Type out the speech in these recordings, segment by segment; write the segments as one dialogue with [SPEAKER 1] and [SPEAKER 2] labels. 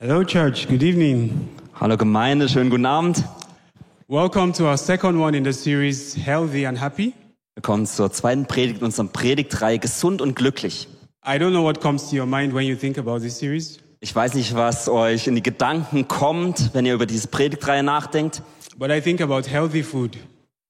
[SPEAKER 1] Hello, church. Good evening.
[SPEAKER 2] Hallo Gemeinde, schönen guten Abend.
[SPEAKER 1] Welcome to our second one in the series, Healthy and Happy.
[SPEAKER 2] Willkommen zur zweiten Predigt in unserer Predigtreihe Gesund und Glücklich.
[SPEAKER 1] I don't know what comes to your mind when you think about this series,
[SPEAKER 2] Ich weiß nicht, was euch in die Gedanken kommt, wenn ihr über diese Predigtreihe nachdenkt,
[SPEAKER 1] but I think about healthy food.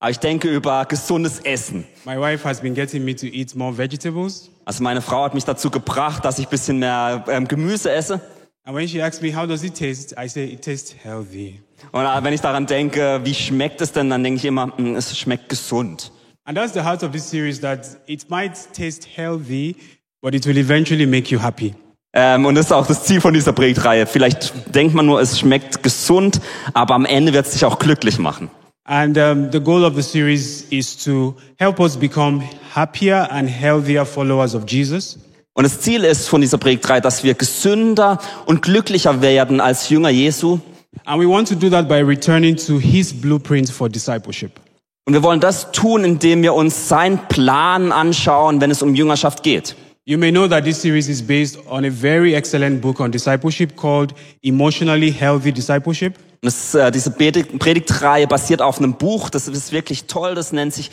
[SPEAKER 2] aber ich denke über gesundes Essen.
[SPEAKER 1] My wife has been getting me to eat more vegetables.
[SPEAKER 2] Also meine Frau hat mich dazu gebracht, dass ich ein bisschen mehr ähm, Gemüse esse.
[SPEAKER 1] And when she asks me, How does it taste? I say, It tastes healthy.
[SPEAKER 2] Und äh, wenn ich daran denke, wie schmeckt es denn, dann denke ich immer, "Hm, es schmeckt gesund.
[SPEAKER 1] And that's the heart of this series that it might taste healthy, but it will eventually make you happy.
[SPEAKER 2] Ähm, und das ist auch das Ziel von dieser Predigtreihe. Vielleicht denkt man nur, es schmeckt gesund, aber am Ende wird es dich auch glücklich machen.
[SPEAKER 1] And um, the goal of the series is to help us become happier and healthier followers of Jesus.
[SPEAKER 2] Und das Ziel ist von dieser Predigtreihe, dass wir gesünder und glücklicher werden als Jünger Jesu.
[SPEAKER 1] And we want to do that by returning to his blueprint for discipleship.
[SPEAKER 2] Und wir wollen das tun, indem wir uns seinen Plan anschauen, wenn es um Jüngerschaft geht.
[SPEAKER 1] You may know that this series is based on a very excellent book on discipleship called Emotionally Healthy Discipleship.
[SPEAKER 2] Und es, äh, diese Predigt- Predigtreihe basiert auf einem Buch, das ist wirklich toll, das nennt sich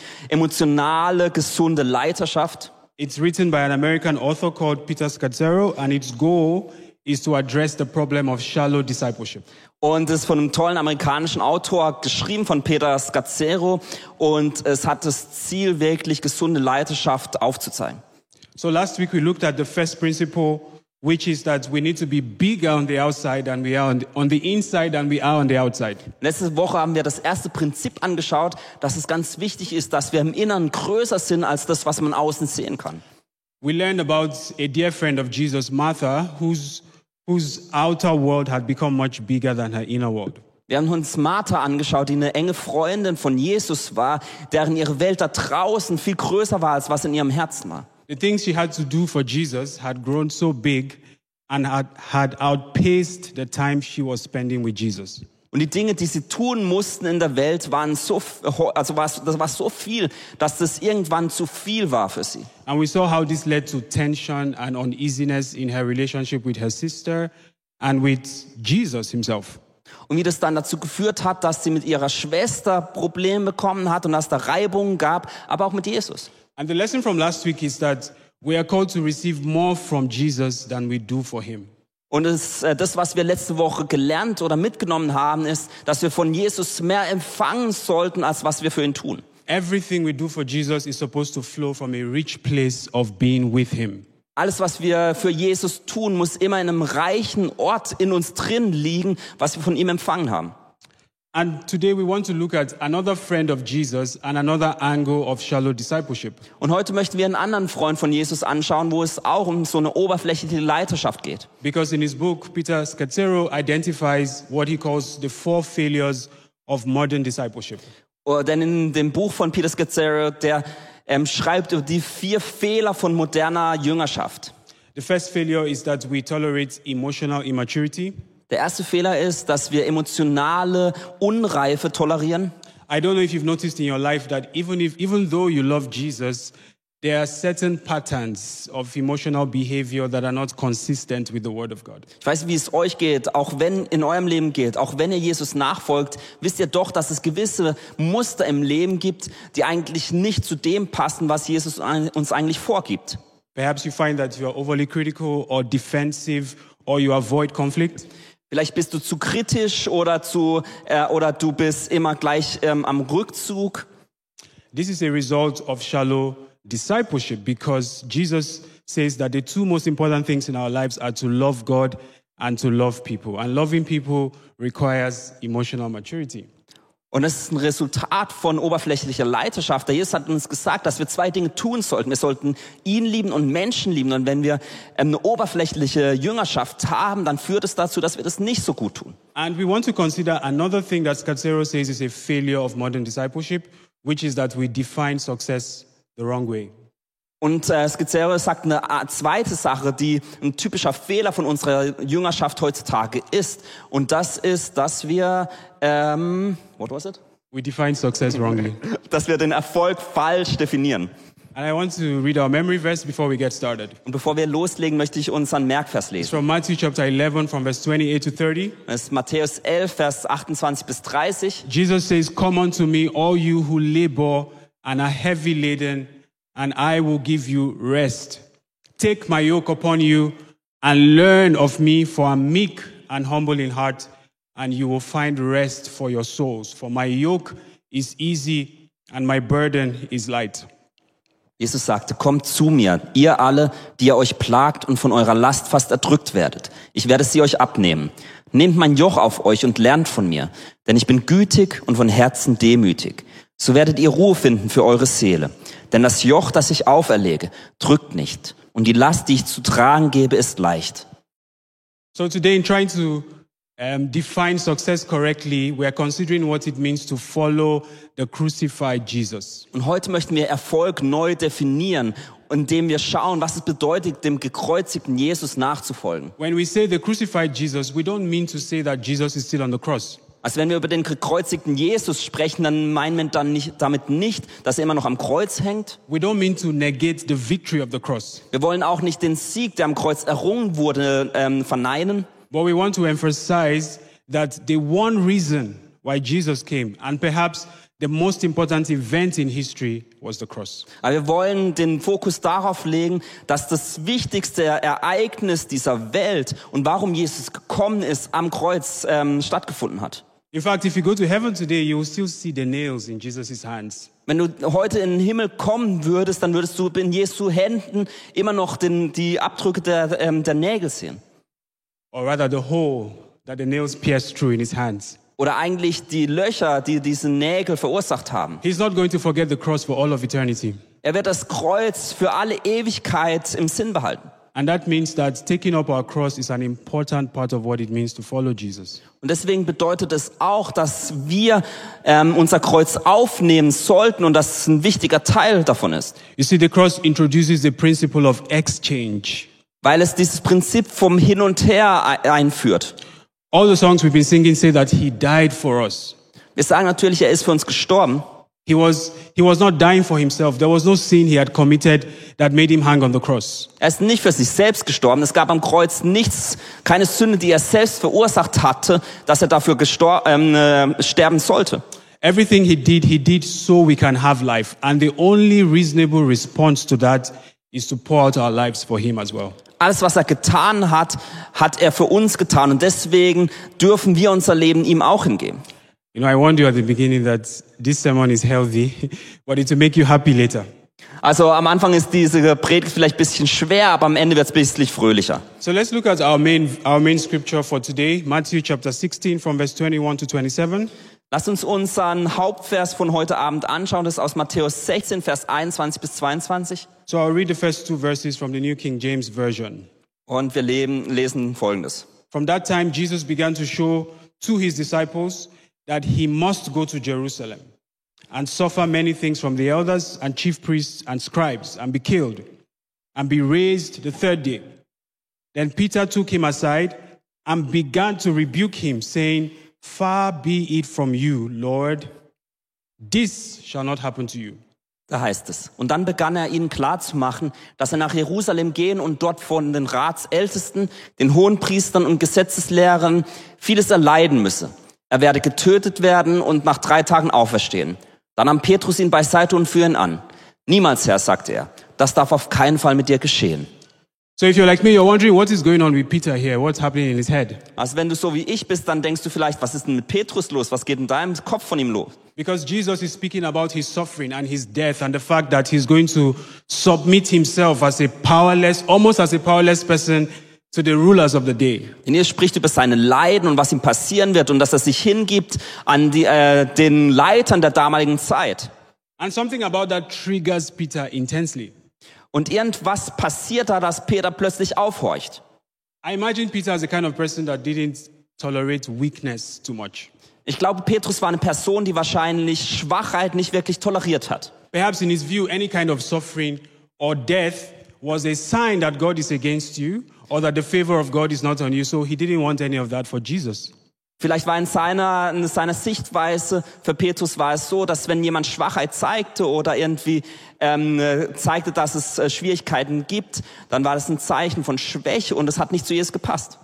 [SPEAKER 2] Emotionale, gesunde Leiterschaft.
[SPEAKER 1] It's written by an American author called Peter Scazzaro, and its goal is to address the problem of shallow discipleship.
[SPEAKER 2] Und es ist von einem tollen amerikanischen Autor geschrieben, von Peter Scazzero. Und es hat das Ziel, wirklich gesunde Leiterschaft aufzuzeigen.
[SPEAKER 1] So last week we looked at the first principle, which is that we need to be bigger on the outside than we are on the, on the inside than we are on the outside.
[SPEAKER 2] Letzte Woche haben wir das erste Prinzip angeschaut, dass es ganz wichtig ist, dass wir im Inneren größer sind als das, was man außen sehen kann.
[SPEAKER 1] We learned about a dear friend of Jesus, Martha, whose, whose outer world had become much bigger than her inner world.
[SPEAKER 2] Wir haben uns Martha angeschaut, die eine enge Freundin von Jesus war, deren ihre Welt da draußen viel größer war, als was in ihrem Herzen war.
[SPEAKER 1] The things she had to do for Jesus had grown so big and had, had outpaced the time she was spending with Jesus.
[SPEAKER 2] Und die Dinge, die sie tun mussten in der Welt, waren so, also war, das war so viel, dass das irgendwann zu viel war für sie.
[SPEAKER 1] And we saw how this led to tension and uneasiness in her relationship with her sister and with Jesus himself.
[SPEAKER 2] Und wie das dann dazu geführt hat, dass sie mit ihrer Schwester Probleme bekommen hat und dass da Reibungen gab, aber auch mit Jesus.
[SPEAKER 1] And the lesson from last week is that we are called to receive more from Jesus than we do for him.
[SPEAKER 2] Und es, äh, das, was wir letzte Woche gelernt oder mitgenommen haben, ist, dass wir von Jesus mehr empfangen sollten, als was wir für ihn tun.
[SPEAKER 1] Everything we do for Jesus is supposed to flow from a rich place of being with Him.
[SPEAKER 2] Alles, was wir für Jesus tun, muss immer in einem reichen Ort in uns drin liegen, was wir von ihm empfangen haben.
[SPEAKER 1] And today we want to look at another friend of Jesus and another angle of shallow discipleship.
[SPEAKER 2] Und heute möchten wir einen anderen Freund von Jesus anschauen, wo es auch um so eine oberflächliche Leiterschaft geht.
[SPEAKER 1] Because in his book, Peter Scazzero identifies what he calls the four failures of modern discipleship.
[SPEAKER 2] Oh, Denn in dem Buch von Peter Scazzaro, der ähm, schreibt über die vier Fehler von moderner Jüngerschaft.
[SPEAKER 1] The first failure is that we tolerate emotional immaturity.
[SPEAKER 2] Der erste Fehler ist, dass wir emotionale Unreife tolerieren.
[SPEAKER 1] I don't know if you've noticed in your life that even if, even though you love Jesus, there are certain patterns of emotional behavior that are not consistent with the Word of God.
[SPEAKER 2] Ich weiß nicht, wie es euch geht, auch wenn in eurem Leben geht, auch wenn ihr Jesus nachfolgt, wisst ihr doch, dass es gewisse Muster im Leben gibt, die eigentlich nicht zu dem passen, was Jesus ein- uns eigentlich vorgibt.
[SPEAKER 1] Perhaps you find that you are overly critical or defensive or you avoid conflict.
[SPEAKER 2] Vielleicht bist du zu kritisch oder zu äh, oder du bist immer gleich ähm, am Rückzug.
[SPEAKER 1] This is a result of shallow discipleship because Jesus says that the two most important things in our lives are to love God and to love people. And loving people requires emotional maturity.
[SPEAKER 2] Und das ist ein Resultat von oberflächlicher Leiterschaft. Der Jesus hat uns gesagt, dass wir zwei Dinge tun sollten. Wir sollten ihn lieben und Menschen lieben. Und wenn wir ähm, eine oberflächliche Jüngerschaft haben, dann führt es dazu, dass wir das nicht so gut tun.
[SPEAKER 1] And we want to consider another thing that Scazzero says is a failure of modern discipleship, which is that we define success the wrong way.
[SPEAKER 2] Und äh, Scazzero sagt eine Art- zweite Sache, die ein typischer Fehler von unserer Jüngerschaft heutzutage ist. Und das ist, dass wir, ähm, what was it?
[SPEAKER 1] We define success wrongly.
[SPEAKER 2] Dass wir den Erfolg falsch definieren.
[SPEAKER 1] And I want to read our memory verse before we get started.
[SPEAKER 2] Und bevor wir loslegen, möchte ich unseren Merkvers
[SPEAKER 1] It's
[SPEAKER 2] lesen.
[SPEAKER 1] from Matthew chapter 11, from verse 28 to 30.
[SPEAKER 2] Das ist Matthäus 11, Vers 28 bis 30.
[SPEAKER 1] Jesus says, Come unto me, all you who labor and are heavy laden, and I will give you rest. Take my yoke upon you and learn of me, for I'm meek and humble in heart, and you will find rest for your souls. For my yoke is easy and my burden is light.
[SPEAKER 2] Jesus sagte, kommt zu mir, ihr alle, die ihr euch plagt und von eurer Last fast erdrückt werdet. Ich werde sie euch abnehmen. Nehmt mein Joch auf euch und lernt von mir, denn ich bin gütig und von Herzen demütig. So werdet ihr Ruhe finden für eure Seele. Denn das Joch, das ich auferlege, drückt nicht. Und die Last, die ich zu tragen gebe, ist leicht.
[SPEAKER 1] So today, in trying to um, define success correctly, we are considering what it means to follow the crucified Jesus.
[SPEAKER 2] Und heute möchten wir Erfolg neu definieren, indem wir schauen, was es bedeutet, dem gekreuzigten Jesus nachzufolgen.
[SPEAKER 1] When we say the crucified Jesus, we don't mean to say that Jesus is still on the cross.
[SPEAKER 2] Also wenn wir über den gekreuzigten Jesus sprechen, dann meinen wir dann nicht, damit nicht, dass er immer noch am Kreuz hängt.
[SPEAKER 1] We don't mean to negate the victory of the cross.
[SPEAKER 2] Wir wollen auch nicht den Sieg, der am Kreuz errungen wurde, ähm, verneinen.
[SPEAKER 1] But we want to emphasize that the one reason why Jesus came, and perhaps the most important event in history, was the cross.
[SPEAKER 2] Aber wir wollen den Fokus darauf legen, dass das wichtigste Ereignis dieser Welt und warum Jesus gekommen ist, am Kreuz ähm, stattgefunden hat.
[SPEAKER 1] In fact, if you go to heaven today, you will still see the nails in Jesus' hands.
[SPEAKER 2] Wenn du heute in den Himmel kommen würdest, dann würdest du in Jesu Händen immer noch den, die Abdrücke der, ähm, der Nägel sehen.
[SPEAKER 1] Or rather, the hole that the nails pierced through in his hands.
[SPEAKER 2] Oder eigentlich die Löcher, die diese Nägel verursacht haben.
[SPEAKER 1] He's not going to forget the cross for all of eternity.
[SPEAKER 2] Er wird das Kreuz für alle Ewigkeit im Sinn behalten.
[SPEAKER 1] And that means that taking up our cross is an important part of what it means to follow Jesus.
[SPEAKER 2] Und deswegen bedeutet es auch, dass wir ähm, unser Kreuz aufnehmen sollten und dass es ein wichtiger Teil davon ist,
[SPEAKER 1] You see, the cross introduces the principle of exchange.
[SPEAKER 2] weil es dieses Prinzip vom Hin und Her ei- einführt.
[SPEAKER 1] All the songs we've been singing say that he died for us.
[SPEAKER 2] Wir sagen natürlich, er ist für uns gestorben,
[SPEAKER 1] He was, he was not dying for himself. There was no sin he had committed that made him hang on the cross.
[SPEAKER 2] er ist nicht für sich selbst gestorben. Es gab am Kreuz nichts, keine Sünde, die er selbst verursacht hatte, dass er dafür gestor ähm, äh, sterben sollte.
[SPEAKER 1] Everything he did, he did so we can have life. And the only reasonable response to that is to pour out our lives for him as well.
[SPEAKER 2] Alles, was er getan hat, hat er für uns getan. Und deswegen dürfen wir unser Leben ihm auch hingeben.
[SPEAKER 1] You know, I warned you at the beginning that this sermon is healthy, but it will make you happy later.
[SPEAKER 2] Also am Anfang ist diese Predigt vielleicht ein bisschen schwer, aber am Ende wird es wesentlich fröhlicher.
[SPEAKER 1] So let's look at our main, our main scripture for today, Matthew chapter 16 from verse 21 to 27.
[SPEAKER 2] Lasst uns unseren Hauptvers von heute Abend anschauen. Das ist aus Matthäus 16, Vers 21 bis 22.
[SPEAKER 1] So I'll read the first two verses from the New King James Version.
[SPEAKER 2] Und wir leben, lesen Folgendes.
[SPEAKER 1] From that time, Jesus began to show to his disciples that he must go to Jerusalem and suffer many things from the elders and chief priests and scribes and be killed and be raised the third day. Then Peter took him aside and began to rebuke him, saying, Far be it from you, Lord, this shall not happen to you.
[SPEAKER 2] Da heißt es. Und dann begann er ihnen klarzumachen, dass er nach Jerusalem gehen und dort von den Ratsältesten, den Hohenpriestern und Gesetzeslehrern vieles erleiden müsse. Er werde getötet werden und nach drei Tagen auferstehen. Dann nahm Petrus ihn beiseite und führ ihn an. Niemals, Herr, sagte er, das darf auf keinen Fall mit dir geschehen.
[SPEAKER 1] So if you're like me, you're wondering what is going on with Peter here, what's happening in his head.
[SPEAKER 2] Also wenn du so wie ich bist, dann denkst du vielleicht, was ist denn mit Petrus los? Was geht in deinem Kopf von ihm los?
[SPEAKER 1] Because Jesus is speaking about his suffering and his death and the fact that he's going to submit himself as a powerless, almost as a powerless person to the rulers of the day.
[SPEAKER 2] Denn er spricht über seine Leiden und was ihm passieren wird und dass er sich hingibt an die, äh, den Leitern der damaligen Zeit.
[SPEAKER 1] And something about that triggers Peter intensely.
[SPEAKER 2] Und irgendwas passiert da, dass Peter plötzlich aufhorcht.
[SPEAKER 1] I imagine Peter as the kind of person that didn't tolerate weakness too much.
[SPEAKER 2] Ich glaube, Petrus war eine Person, die wahrscheinlich Schwachheit nicht wirklich toleriert hat.
[SPEAKER 1] Perhaps in his view, any kind of suffering or death was a sign that God is against you or that the favor of God is not on you. So he didn't want any of that for Jesus.
[SPEAKER 2] Vielleicht war in seiner, in seiner Sichtweise, für Petrus war es so, dass wenn jemand Schwachheit zeigte oder irgendwie ähm, äh, zeigte, dass es äh, Schwierigkeiten gibt, dann war das ein Zeichen von Schwäche und es hat nicht zu Jesus gepasst.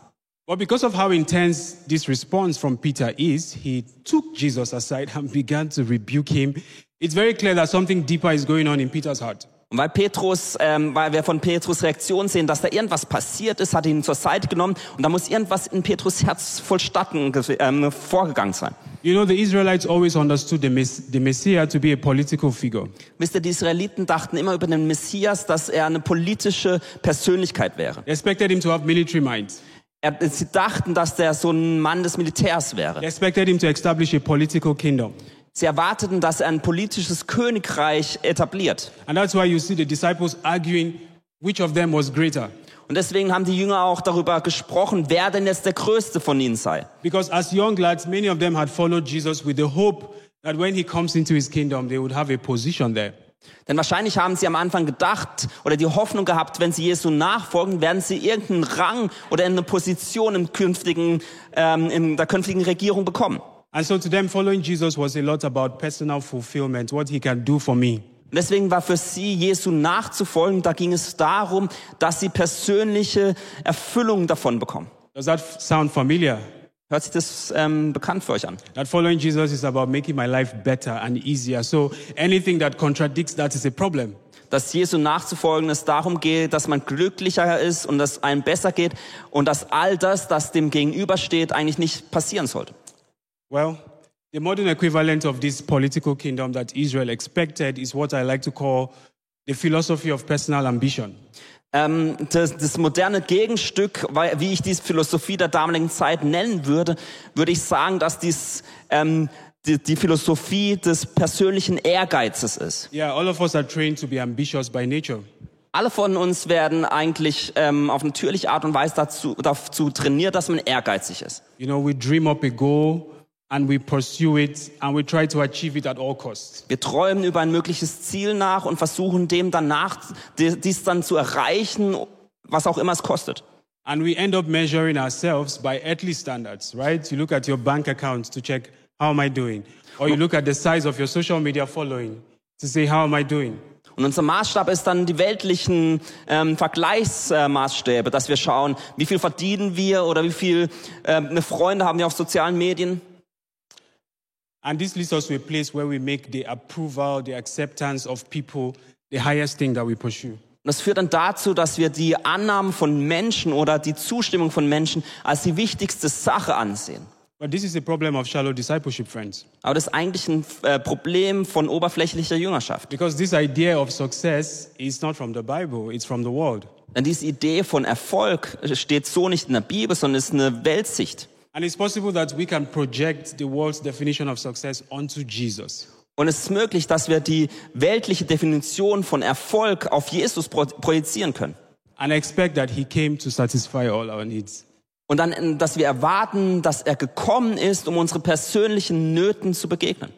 [SPEAKER 1] But because of how intense this response from Peter is, he took Jesus aside and began to rebuke him. It's very clear that something deeper is going on in Peter's heart.
[SPEAKER 2] Und weil Petrus, ähm, weil wir von Petrus Reaktion sehen, dass da irgendwas passiert ist, hat er ihn zur Seite genommen und da muss irgendwas in Petrus Herz vollstatten ge- ähm, vorgegangen sein.
[SPEAKER 1] You know, the Israelites always understood the, mess- the Messiah to be a political figure.
[SPEAKER 2] Wisst ihr, die Israeliten dachten immer über den Messias, dass er eine politische Persönlichkeit wäre.
[SPEAKER 1] They expected him to have military minds.
[SPEAKER 2] Er, sie dachten, dass der so ein Mann des Militärs
[SPEAKER 1] They
[SPEAKER 2] wäre.
[SPEAKER 1] expected him to establish a political kingdom.
[SPEAKER 2] Sie erwarteten, dass er ein politisches Königreich etabliert.
[SPEAKER 1] And that's why you see the disciples arguing which of them was greater.
[SPEAKER 2] Und deswegen haben die Jünger auch darüber gesprochen, wer denn jetzt der Größte von ihnen sei.
[SPEAKER 1] Because as young lads, many of them had followed Jesus with the hope that when he comes into his kingdom, they would have a position there.
[SPEAKER 2] Denn wahrscheinlich haben sie am Anfang gedacht oder die Hoffnung gehabt, wenn sie Jesu nachfolgen, werden sie irgendeinen Rang oder eine Position im künftigen, ähm, in der künftigen Regierung bekommen.
[SPEAKER 1] And so to them, following Jesus was a lot about personal fulfillment, what he can do for me.
[SPEAKER 2] Und deswegen war für sie, Jesu nachzufolgen, da ging es darum, dass sie persönliche Erfüllung davon bekommen.
[SPEAKER 1] Does that f- sound familiar?
[SPEAKER 2] Hört sich das ähm, bekannt für euch an?
[SPEAKER 1] That following Jesus is about making my life better and easier. So anything that contradicts that is a problem.
[SPEAKER 2] Dass Jesu nachzufolgen es darum geht, dass man glücklicher ist und dass einem besser geht und dass all das, das dem gegenübersteht, eigentlich nicht passieren sollte.
[SPEAKER 1] Well, the modern equivalent of this political kingdom that Israel expected is what I like to call the philosophy of personal ambition.
[SPEAKER 2] Ähm, das, das moderne Gegenstück, weil- wie ich die Philosophie der damaligen Zeit nennen würde, würde ich sagen, dass dies ähm, die, die Philosophie des persönlichen Ehrgeizes ist.
[SPEAKER 1] Yeah, all of us are trained to be ambitious by nature.
[SPEAKER 2] Alle von uns werden eigentlich ähm, auf natürliche Art und Weise dazu, dazu trainiert, dass man ehrgeizig ist.
[SPEAKER 1] You know, we dream up a goal and we pursue it and we try to achieve it at all costs.
[SPEAKER 2] Wir träumen über ein mögliches Ziel nach und versuchen dem danach di- dies dann zu erreichen, was auch immer es kostet.
[SPEAKER 1] And we end up measuring ourselves by earthly standards, right? You look at your bank account to check, how am I doing? Or you look at the size of your social media following to say, how am I doing?
[SPEAKER 2] Und unser Maßstab ist dann die weltlichen ähm, Vergleichsmaßstäbe, äh, Maßstäbe, dass wir schauen, wie viel verdienen wir oder wie viel ähm, Freunde haben wir auf sozialen Medien.
[SPEAKER 1] And this leads us to a place where we make the approval, the acceptance of people the highest thing that we pursue.
[SPEAKER 2] Und das führt dann dazu, dass wir die Annahmen von Menschen oder die Zustimmung von Menschen als die wichtigste Sache ansehen.
[SPEAKER 1] But this is a problem of shallow discipleship, friends,
[SPEAKER 2] Aber das ist eigentlich ein äh, Problem von oberflächlicher Jüngerschaft.
[SPEAKER 1] because this idea of success is not from the Bible, it's from the world.
[SPEAKER 2] Denn diese Idee von Erfolg steht so nicht in der Bibel, sondern ist eine Weltsicht.
[SPEAKER 1] And it's possible that we can project the world's definition of success onto Jesus.
[SPEAKER 2] Und es ist möglich, dass wir die weltliche Definition von Erfolg auf Jesus pro projizieren können.
[SPEAKER 1] and expect that he came to satisfy all our needs.
[SPEAKER 2] Und dann, äh, dass wir erwarten, dass er gekommen ist, um unsere persönlichen Nöten zu begegnen.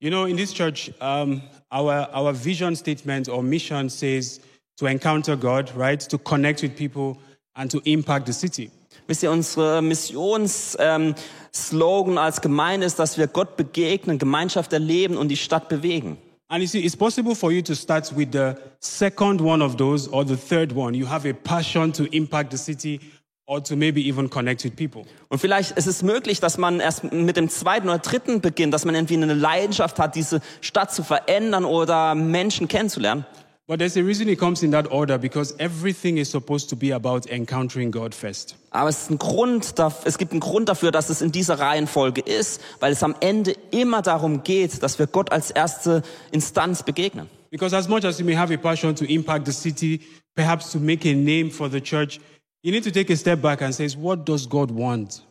[SPEAKER 1] You know, in this church, um, our, our vision statement or mission says to encounter God, right? To connect with people and to impact the city.
[SPEAKER 2] Wisst ihr, unsere Missions-Slogan ähm, Slogan als Gemeinde ist, dass wir Gott begegnen, Gemeinschaft erleben und die Stadt bewegen.
[SPEAKER 1] And you see, it's possible for you to start with the second one of those or the third one. You have a passion to impact the city or to maybe even connect with people.
[SPEAKER 2] Und vielleicht ist es möglich, dass man erst mit dem zweiten oder dritten beginnt, dass man irgendwie eine Leidenschaft hat, diese Stadt zu verändern oder Menschen kennenzulernen.
[SPEAKER 1] But there's a reason it comes in that order because everything is supposed to be about encountering God first.
[SPEAKER 2] Aber es, ist ein Grund, daf- es gibt einen Grund dafür, dass es in dieser Reihenfolge ist, weil es am Ende immer darum geht, dass wir Gott als erste Instanz begegnen.
[SPEAKER 1] Because as much as you may have a passion to impact the city, perhaps to make a name for the church, you need to take a step back and say, what does God want?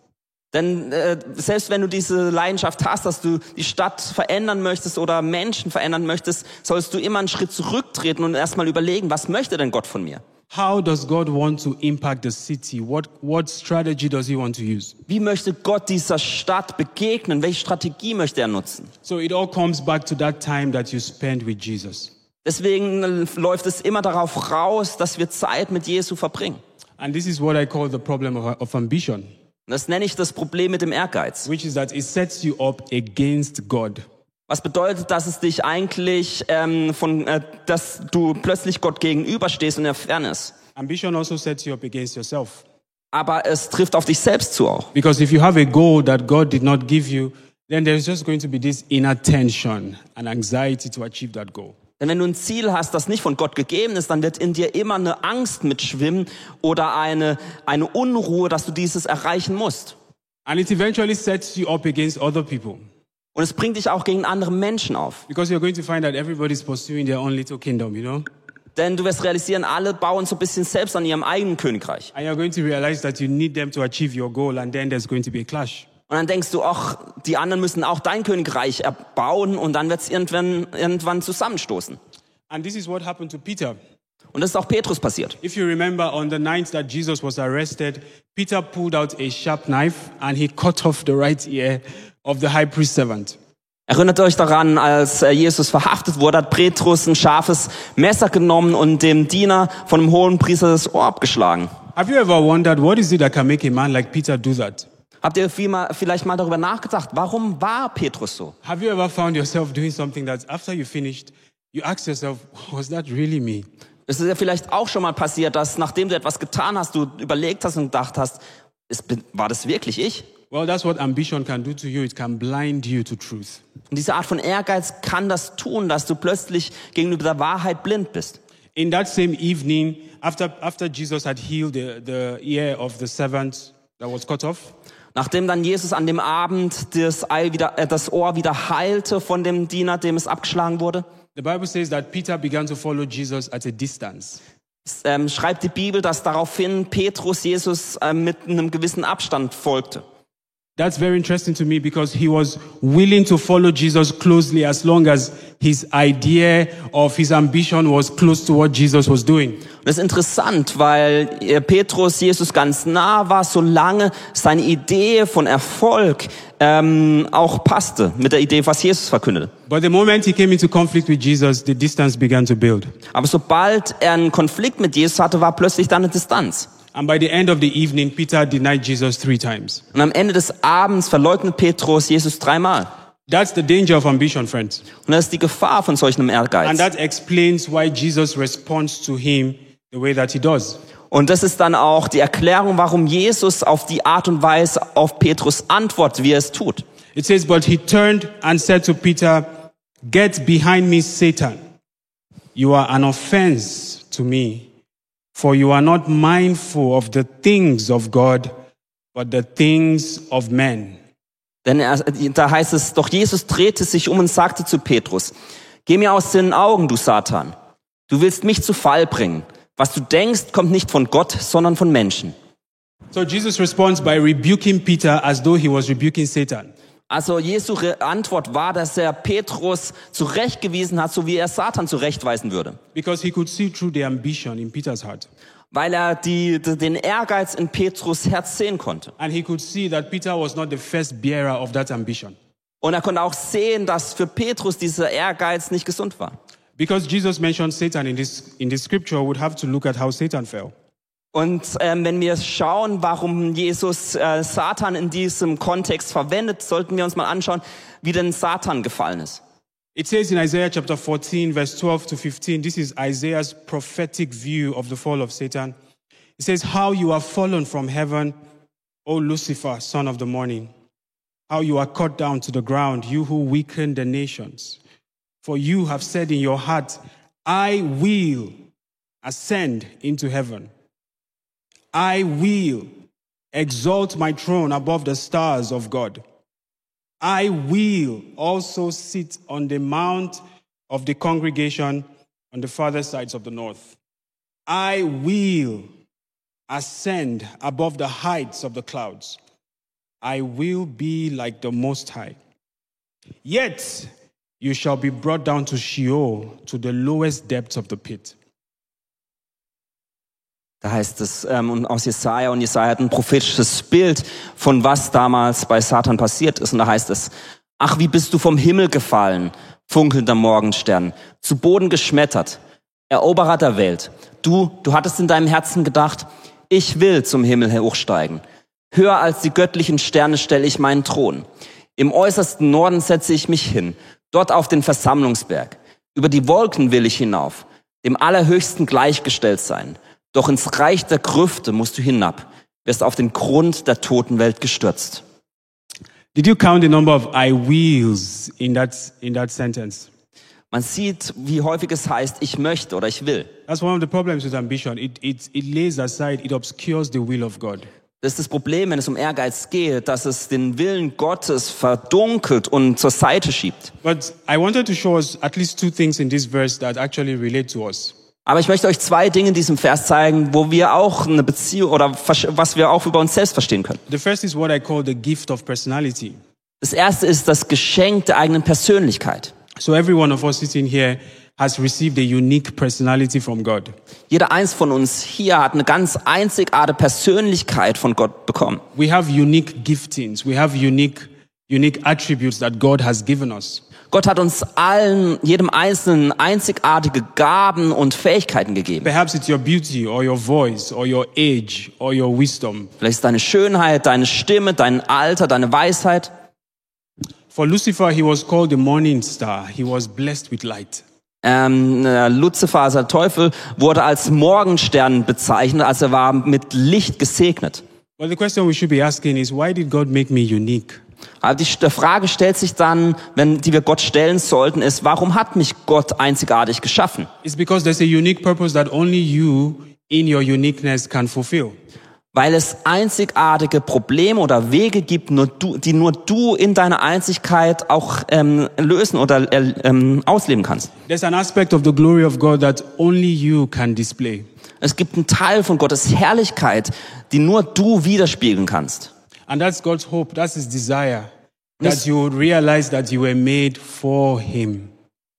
[SPEAKER 2] Denn äh, selbst wenn du diese Leidenschaft hast, dass du die Stadt verändern möchtest oder Menschen verändern möchtest, sollst du immer einen Schritt zurücktreten und erstmal überlegen, was möchte denn Gott von mir?
[SPEAKER 1] How does God want to impact the city? What, what strategy does he want to use?
[SPEAKER 2] Wie möchte Gott dieser Stadt begegnen? Welche Strategie möchte er nutzen?
[SPEAKER 1] So it all comes back to that time that you spend with Jesus.
[SPEAKER 2] Deswegen äh, läuft es immer darauf raus, dass wir Zeit mit Jesu verbringen.
[SPEAKER 1] And this is what I call the problem of, of ambition.
[SPEAKER 2] Und das nenne ich das Problem mit dem Ehrgeiz.
[SPEAKER 1] which is that it sets you up against God.
[SPEAKER 2] Was bedeutet, dass es dich eigentlich ähm, von, äh, dass du plötzlich Gott gegenüberstehst in der Fairness.
[SPEAKER 1] Ambition also sets you up against yourself.
[SPEAKER 2] Aber es trifft auf dich selbst zu auch.
[SPEAKER 1] Because if you have a goal that God did not give you, then there's just going to be this inner tension and anxiety to achieve that goal.
[SPEAKER 2] Denn wenn du ein Ziel hast, das nicht von Gott gegeben ist, dann wird in dir immer eine Angst mitschwimmen oder eine, eine Unruhe, dass du dieses erreichen musst.
[SPEAKER 1] And it eventually sets you up against other people.
[SPEAKER 2] Und es bringt dich auch gegen andere Menschen auf.
[SPEAKER 1] Because you're going to find that everybody's pursuing their own little kingdom, you know?
[SPEAKER 2] Denn du wirst realisieren, alle bauen so ein bisschen selbst an ihrem eigenen Königreich.
[SPEAKER 1] And you're going to realize that you need them to achieve your goal, and then there's going to be a clash.
[SPEAKER 2] Und dann denkst du, ach, die anderen müssen auch dein Königreich erbauen und dann wird es irgendwann, irgendwann zusammenstoßen.
[SPEAKER 1] And this is what happened to Peter.
[SPEAKER 2] Und das ist auch Petrus passiert.
[SPEAKER 1] If you remember, on the night that Jesus was arrested, Peter pulled out a sharp knife and he cut off the right ear of the high priest servant.
[SPEAKER 2] Erinnert euch daran, als äh, Jesus verhaftet wurde, hat Petrus ein scharfes Messer genommen und dem Diener von dem hohen Priester das Ohr abgeschlagen.
[SPEAKER 1] Have you ever wondered what is it that can make a man like Peter do that?
[SPEAKER 2] Habt ihr viel mal, vielleicht mal darüber nachgedacht, warum war Petrus so?
[SPEAKER 1] Have you ever found yourself doing something that after you finished, you ask yourself, was that really me?
[SPEAKER 2] Es ist ja vielleicht auch schon mal passiert, dass nachdem du etwas getan hast, du überlegt hast und gedacht hast, es bin, war das wirklich ich?
[SPEAKER 1] Well, that's what ambition can do to you. It can blind you to truth.
[SPEAKER 2] Und diese Art von Ehrgeiz kann das tun, dass du plötzlich gegenüber der Wahrheit blind bist.
[SPEAKER 1] In that same evening, after, after Jesus had healed the, the ear of the servant that was cut off,
[SPEAKER 2] Nachdem dann Jesus an dem Abend das, Ei wieder, äh, das Ohr wieder heilte von dem Diener, dem es abgeschlagen wurde,
[SPEAKER 1] the Bible says that Peter began to follow Jesus at a distance.
[SPEAKER 2] ähm, schreibt die Bibel, dass daraufhin Petrus Jesus ähm, mit einem gewissen Abstand folgte.
[SPEAKER 1] That's very interesting to me because he was willing to follow Jesus closely as long as his idea of his ambition was close to what Jesus was doing.
[SPEAKER 2] Und das ist interessant, weil äh, Petrus Jesus ganz nah war, solange seine Idee von Erfolg ähm, auch passte mit der Idee, was Jesus verkündete.
[SPEAKER 1] But the moment he came into conflict with Jesus, the distance began to build.
[SPEAKER 2] Aber sobald er einen Konflikt mit Jesus hatte, war plötzlich da eine Distanz.
[SPEAKER 1] And by the end of the evening, Peter denied Jesus three times.
[SPEAKER 2] Und am Ende des Abends verleugnet Petrus Jesus dreimal.
[SPEAKER 1] That's the danger of ambition, friends.
[SPEAKER 2] Und das ist die Gefahr von solch einem Ehrgeiz.
[SPEAKER 1] And that explains why Jesus responds to him the way that he does.
[SPEAKER 2] Und das ist dann auch die Erklärung, warum Jesus auf die Art und Weise auf Petrus antwortet, wie er es tut.
[SPEAKER 1] It says, But he turned and said to Peter, Get behind me, Satan. You are an offense to me, for you are not mindful of the things of God, but the things of men.
[SPEAKER 2] Denn er, da heißt es, doch Jesus drehte sich um und sagte zu Petrus, geh mir aus den Augen, du Satan. Du willst mich zu Fall bringen. Was du denkst, kommt nicht von Gott, sondern von Menschen.
[SPEAKER 1] So Jesus responds by rebuking Peter as though he was rebuking Satan.
[SPEAKER 2] Also Jesu Re- Antwort war, dass er Petrus zurechtgewiesen hat, so wie er Satan zurechtweisen würde.
[SPEAKER 1] Because he could see through the ambition in Peter's heart.
[SPEAKER 2] Weil er die, d- den Ehrgeiz in Petrus Herz sehen konnte.
[SPEAKER 1] And he could see that Peter was not the first bearer of that ambition.
[SPEAKER 2] Und er konnte auch sehen, dass für Petrus dieser Ehrgeiz nicht gesund war.
[SPEAKER 1] Because Jesus mentioned Satan in this, in this scripture, we'd have to look at how Satan fell.
[SPEAKER 2] Und ähm, wenn wir schauen, warum Jesus äh, Satan in diesem Kontext verwendet, sollten wir uns mal anschauen, wie denn Satan gefallen ist.
[SPEAKER 1] It says in Isaiah chapter 14, verse 12 to 15, this is Isaiah's prophetic view of the fall of Satan. It says, How you are fallen from heaven, O Lucifer, son of the morning. How you are cut down to the ground, you who weaken the nations. For you have said in your heart, I will ascend into heaven. I will exalt my throne above the stars of God. I will also sit on the mount of the congregation on the farther sides of the north. I will ascend above the heights of the clouds. I will be like the Most High. Yet you shall be brought down to Sheol, to the lowest depths of the pit.
[SPEAKER 2] Da heißt es ähm, und aus Jesaja und Jesaja hat ein prophetisches Bild von was damals bei Satan passiert ist. Und da heißt es: Ach, wie bist du vom Himmel gefallen, funkelnder Morgenstern, zu Boden geschmettert, Eroberer der Welt. Du, du hattest in deinem Herzen gedacht: Ich will zum Himmel hochsteigen. Höher als die göttlichen Sterne stelle ich meinen Thron. Im äußersten Norden setze ich mich hin, dort auf den Versammlungsberg. Über die Wolken will ich hinauf, dem Allerhöchsten gleichgestellt sein. Doch ins Reich der Grüfte musst du hinab, wirst auf den Grund der Totenwelt gestürzt.
[SPEAKER 1] Did you count the number of I wills in that, in that sentence?
[SPEAKER 2] Man sieht, wie häufig es heißt, ich möchte oder ich will.
[SPEAKER 1] That's one of the problems with ambition. It, it, it lays aside, it obscures the will of God.
[SPEAKER 2] Das ist das Problem, wenn es um Ehrgeiz geht, dass es den Willen Gottes verdunkelt und zur Seite schiebt.
[SPEAKER 1] But I wanted to show us at least two things in this verse that actually relate to us.
[SPEAKER 2] Aber ich möchte euch zwei Dinge in diesem Vers zeigen, wo wir auch eine Beziehung oder versch- was wir auch über uns selbst verstehen können.
[SPEAKER 1] The first is what I call the gift of personality.
[SPEAKER 2] Das erste ist das Geschenk der eigenen Persönlichkeit.
[SPEAKER 1] So every one of us sitting here has received a unique personality from God.
[SPEAKER 2] Jeder eins von uns hier hat eine ganz einzigartige Persönlichkeit von Gott bekommen.
[SPEAKER 1] We have unique giftings. We have unique, unique attributes that God has given us.
[SPEAKER 2] Gott hat uns allen, jedem Einzelnen einzigartige Gaben und Fähigkeiten gegeben.
[SPEAKER 1] Perhaps it's your beauty or your voice or your age or your wisdom.
[SPEAKER 2] Vielleicht ist deine Schönheit, deine Stimme, dein Alter, deine Weisheit.
[SPEAKER 1] For Lucifer, he was called the morning star. He was blessed with light.
[SPEAKER 2] Ähm, äh, Luzifer, also der Teufel, wurde als Morgenstern bezeichnet, also er war mit Licht gesegnet.
[SPEAKER 1] But the question we should be asking is why did God make me unique?
[SPEAKER 2] Aber die St- Frage stellt sich dann, wenn, die wir Gott stellen sollten, ist, warum hat mich Gott einzigartig geschaffen?
[SPEAKER 1] It's because there's a unique purpose that only you in your uniqueness can fulfill.
[SPEAKER 2] Weil es einzigartige Probleme oder Wege gibt, nur du, die nur du in deiner Einzigkeit auch ähm, lösen oder äh, ähm, ausleben kannst.
[SPEAKER 1] There's an aspect of the glory of God that only you can display.
[SPEAKER 2] Es gibt einen Teil von Gottes Herrlichkeit, die nur du widerspiegeln kannst.
[SPEAKER 1] And that's God's hope, that's His desire, that you would realize that you were made for Him.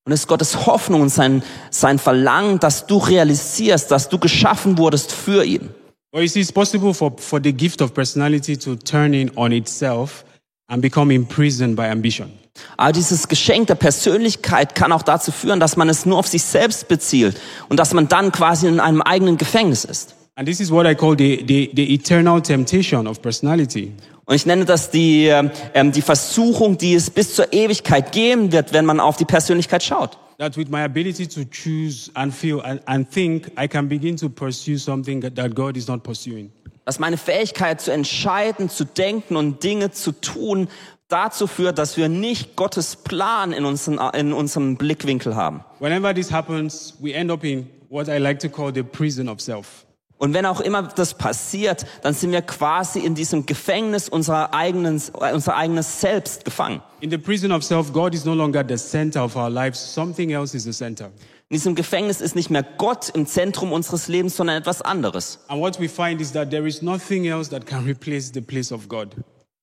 [SPEAKER 2] Und es ist Gottes Hoffnung und sein, sein Verlangen, dass du realisierst, dass du geschaffen wurdest für ihn.
[SPEAKER 1] But you see, it's possible for, for the gift of personality to turn in on itself and become imprisoned by ambition.
[SPEAKER 2] Aber dieses Geschenk der Persönlichkeit kann auch dazu führen, dass man es nur auf sich selbst bezielt und dass man dann quasi in einem eigenen Gefängnis ist.
[SPEAKER 1] And this is what I call the, the, the eternal temptation of personality.
[SPEAKER 2] Und ich nenne das die, ähm, die Versuchung, die es bis zur Ewigkeit geben wird, wenn man auf die Persönlichkeit schaut.
[SPEAKER 1] That with my ability to choose and feel and, and think, I can begin to pursue something that- that God is not pursuing.
[SPEAKER 2] Dass meine Fähigkeit zu entscheiden, zu denken und Dinge zu tun, dazu führt, dass wir nicht Gottes Plan in, unseren, in unserem Blickwinkel haben.
[SPEAKER 1] Whenever this happens, we end up in what I like to call the prison of self.
[SPEAKER 2] Und wenn auch immer das passiert, dann sind wir quasi in diesem Gefängnis unserer eigenen, äh, unser eigenes Selbst gefangen.
[SPEAKER 1] In the prison of self, God is no longer the center of our lives. Something else is the center.
[SPEAKER 2] In diesem Gefängnis ist nicht mehr Gott im Zentrum unseres Lebens, sondern etwas anderes.
[SPEAKER 1] And what we find is that there is nothing else that can replace the place of God.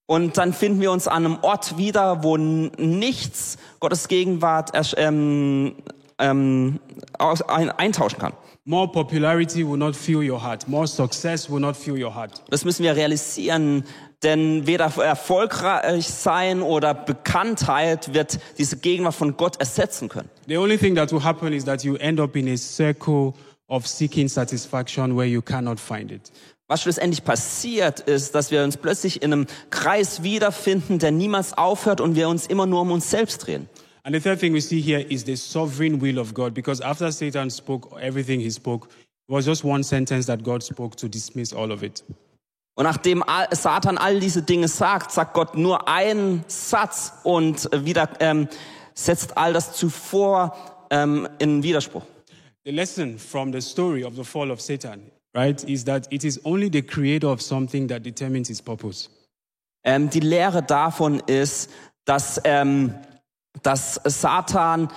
[SPEAKER 2] Und dann finden wir uns an einem Ort wieder, wo n- nichts Gottes Gegenwart ersch- ähm, ähm, aus, ein, eintauschen kann.
[SPEAKER 1] More popularity will not fill your heart. More success will not fill your heart.
[SPEAKER 2] Das müssen wir realisieren, denn weder erfolgreich sein oder Bekanntheit wird diese Gegenwart von Gott ersetzen können.
[SPEAKER 1] The only thing that will happen is that you end up in a circle of seeking satisfaction where you cannot find it.
[SPEAKER 2] Was schlussendlich passiert ist, dass wir uns plötzlich in einem Kreis wiederfinden, der niemals aufhört und wir uns immer nur um uns selbst drehen.
[SPEAKER 1] And the third thing we see here is the sovereign will of God, because after Satan spoke everything he spoke, it was just one sentence that God spoke to dismiss all of it.
[SPEAKER 2] Und nachdem all- Satan all diese Dinge sagt, sagt Gott nur einen Satz und wieder ähm, setzt all das zuvor ähm, in Widerspruch.
[SPEAKER 1] The lesson from the story of the fall of Satan, right, is that it is only the creator of something that determines its purpose.
[SPEAKER 2] Ähm, die Lehre davon ist, dass, ähm, dass Satan,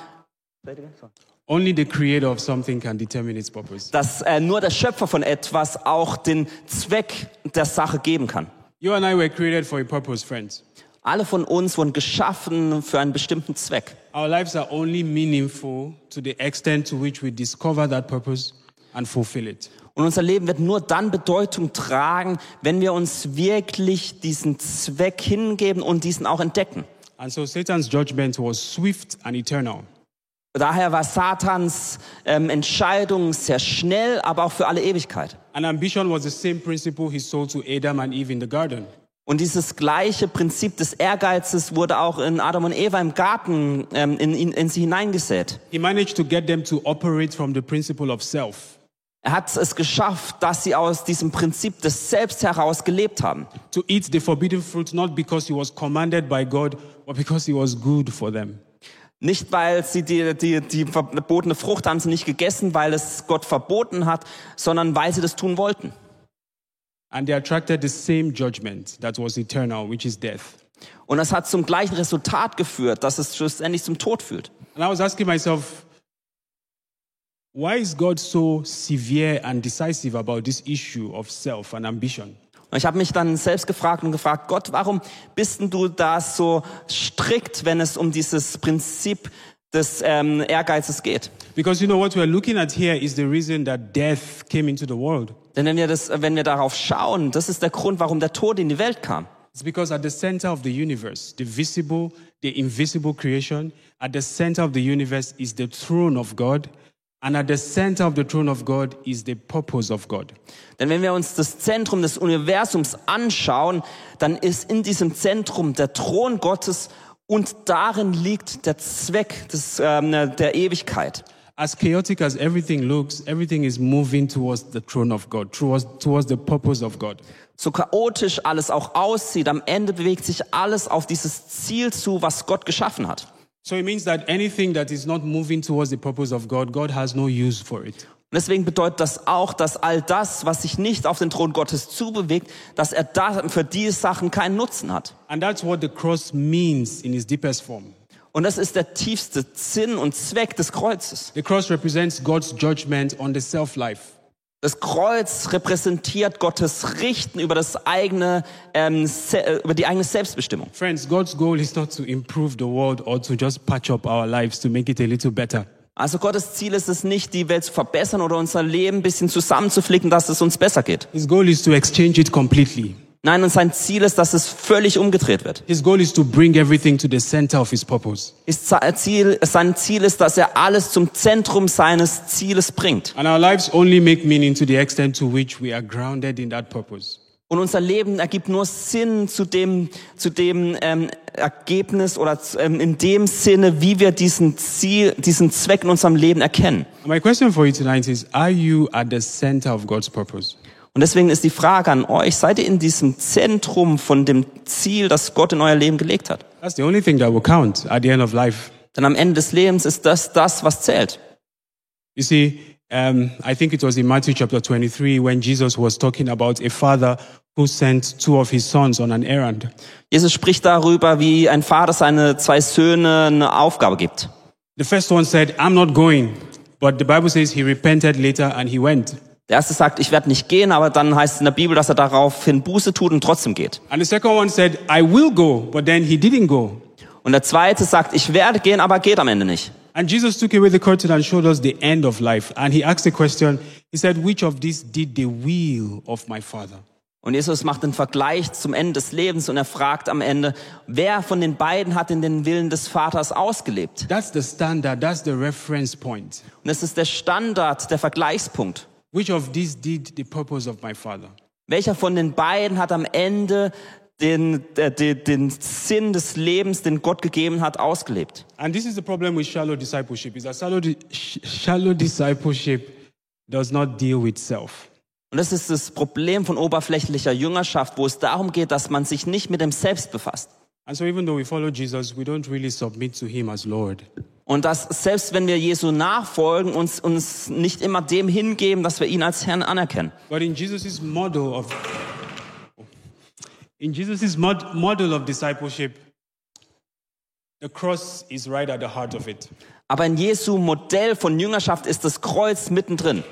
[SPEAKER 1] Only the creator of something can determine its purpose.
[SPEAKER 2] dass äh, nur der Schöpfer von etwas auch den Zweck der Sache geben kann.
[SPEAKER 1] You and I were created for a purpose, friends.
[SPEAKER 2] Alle von uns wurden geschaffen für einen bestimmten Zweck.
[SPEAKER 1] Our lives are only meaningful to the extent to which we discover that purpose and fulfill it.
[SPEAKER 2] Und unser Leben wird nur dann Bedeutung tragen, wenn wir uns wirklich diesen Zweck hingeben und diesen auch entdecken.
[SPEAKER 1] And so Satan's judgment was swift and eternal.
[SPEAKER 2] Daher war Satans ähm, Entscheidung sehr schnell, aber auch für alle Ewigkeit.
[SPEAKER 1] And ambition was the same principle he sold to Adam and Eve in the garden.
[SPEAKER 2] Und dieses gleiche Prinzip des Ehrgeizes wurde auch in Adam und Eva im Garten ähm, in, in, in sie hineingesät.
[SPEAKER 1] He managed to get them to operate from the principle of self,
[SPEAKER 2] Er hat es geschafft, dass sie aus diesem Prinzip des Selbst heraus gelebt haben.
[SPEAKER 1] to eat the forbidden fruit not because he was commanded by God, but because it was good for them.
[SPEAKER 2] Nicht, weil sie die, die, die verbotene Frucht haben sie nicht gegessen, weil es Gott verboten hat, sondern weil sie das tun wollten.
[SPEAKER 1] And they attracted the same judgment that was eternal, which is death.
[SPEAKER 2] Und das hat zum gleichen Resultat geführt, dass es schlussendlich zum Tod führt.
[SPEAKER 1] And I was asking myself, why is God so severe and decisive about this issue of self and ambition?
[SPEAKER 2] Und ich habe mich dann selbst gefragt und gefragt, Gott, warum bist denn du da so strikt, wenn es um dieses Prinzip des ähm, Ehrgeizes geht?
[SPEAKER 1] Because you know what we're looking at here is the reason that death came into the world.
[SPEAKER 2] Denn wenn wir, das, wenn wir darauf schauen, das ist der Grund, warum der Tod in die Welt kam.
[SPEAKER 1] It's because at the center of the universe, the visible, the invisible creation, at the center of the universe is the throne of God. And at the center of the throne of God is the purpose of God.
[SPEAKER 2] Denn wenn wir uns das Zentrum des Universums anschauen, dann ist in diesem Zentrum der Thron Gottes und darin liegt der Zweck des, ähm, der Ewigkeit.
[SPEAKER 1] As chaotic as everything looks, everything is moving towards the throne of God, towards, towards the purpose of God.
[SPEAKER 2] So chaotisch alles auch aussieht, am Ende bewegt sich alles auf dieses Ziel zu, was Gott geschaffen hat.
[SPEAKER 1] So it means that anything that is not moving towards the purpose of God, God has no use for it.
[SPEAKER 2] Und deswegen bedeutet das auch, dass all das, was sich nicht auf den Thron Gottes zubewegt, dass er da für die Sachen keinen Nutzen hat.
[SPEAKER 1] And that's what the cross means in its deepest form.
[SPEAKER 2] Und das ist der tiefste Sinn und Zweck des Kreuzes.
[SPEAKER 1] The cross represents God's judgment on the self life.
[SPEAKER 2] Das Kreuz repräsentiert Gottes Richten über das eigene, ähm, se äh, über die eigene Selbstbestimmung.
[SPEAKER 1] Friends, God's goal is not to improve the world or to just patch up our lives to make it a little better.
[SPEAKER 2] Also Gottes Ziel ist es nicht, die Welt zu verbessern oder unser Leben ein bisschen zusammenzuflicken, dass es uns besser geht.
[SPEAKER 1] His goal is to exchange it completely.
[SPEAKER 2] Nein, und sein Ziel ist, dass es völlig umgedreht wird.
[SPEAKER 1] His goal is to bring everything to the center of his purpose.
[SPEAKER 2] Ist sein Ziel, sein Ziel ist, dass er alles zum Zentrum seines Zieles bringt.
[SPEAKER 1] And our lives only make meaning to the extent to which we are grounded in that purpose.
[SPEAKER 2] Und unser Leben ergibt nur Sinn zu dem, zu dem ähm, Ergebnis oder zu, ähm, in dem Sinne, wie wir diesen Ziel, diesen Zweck in unserem Leben erkennen.
[SPEAKER 1] My question for you tonight is Are you at the center of God's purpose?
[SPEAKER 2] Und deswegen ist die Frage an euch, seid ihr in diesem Zentrum von dem Ziel, das Gott in euer Leben gelegt hat?
[SPEAKER 1] That's the only thing that will count at the end of life.
[SPEAKER 2] Denn am Ende des Lebens ist das das, was zählt.
[SPEAKER 1] You see, um, I think it was in Matthew chapter 23 when Jesus was talking about a father who sent two of his sons on an errand.
[SPEAKER 2] Jesus spricht darüber, wie ein Vater seine zwei Söhne eine Aufgabe gibt.
[SPEAKER 1] The first one said, I'm not going. But the Bible says he repented later and he went.
[SPEAKER 2] Der erste sagt, ich werde nicht gehen, aber dann heißt es in der Bibel, dass er daraufhin Buße tut und trotzdem geht.
[SPEAKER 1] And the second one said, I will go. But then he didn't go.
[SPEAKER 2] Und der zweite sagt, ich werde gehen, aber geht am Ende nicht.
[SPEAKER 1] And Jesus took away the curtain and showed us the end of life. And he asked the question, he said, Which of these did the will of my father?
[SPEAKER 2] Und Jesus macht den Vergleich zum Ende des Lebens und er fragt am Ende, wer von den beiden hat denn den Willen des Vaters ausgelebt?
[SPEAKER 1] That's the standard, that's the reference point.
[SPEAKER 2] Und das ist der Standard, der Vergleichspunkt.
[SPEAKER 1] Which of these did the purpose of my father?
[SPEAKER 2] Welcher von den beiden hat am Ende den, äh, den, den Sinn des Lebens, den Gott gegeben hat, ausgelebt?
[SPEAKER 1] And this is the problem with shallow discipleship, is that shallow, di- sh- shallow discipleship does not deal with self.
[SPEAKER 2] Und das ist das Problem von oberflächlicher Jüngerschaft, wo es darum geht, dass man sich nicht mit dem Selbst befasst.
[SPEAKER 1] And so even though we follow Jesus, we don't really submit to him as Lord.
[SPEAKER 2] Und dass selbst wenn wir Jesu nachfolgen, uns, uns nicht immer dem hingeben, dass wir ihn als Herrn anerkennen.
[SPEAKER 1] But in Jesus' model of in Jesus' mod, model of discipleship, the cross is right at the heart of it.
[SPEAKER 2] Aber in Jesu Modell von Jüngerschaft ist das Kreuz mittendrin.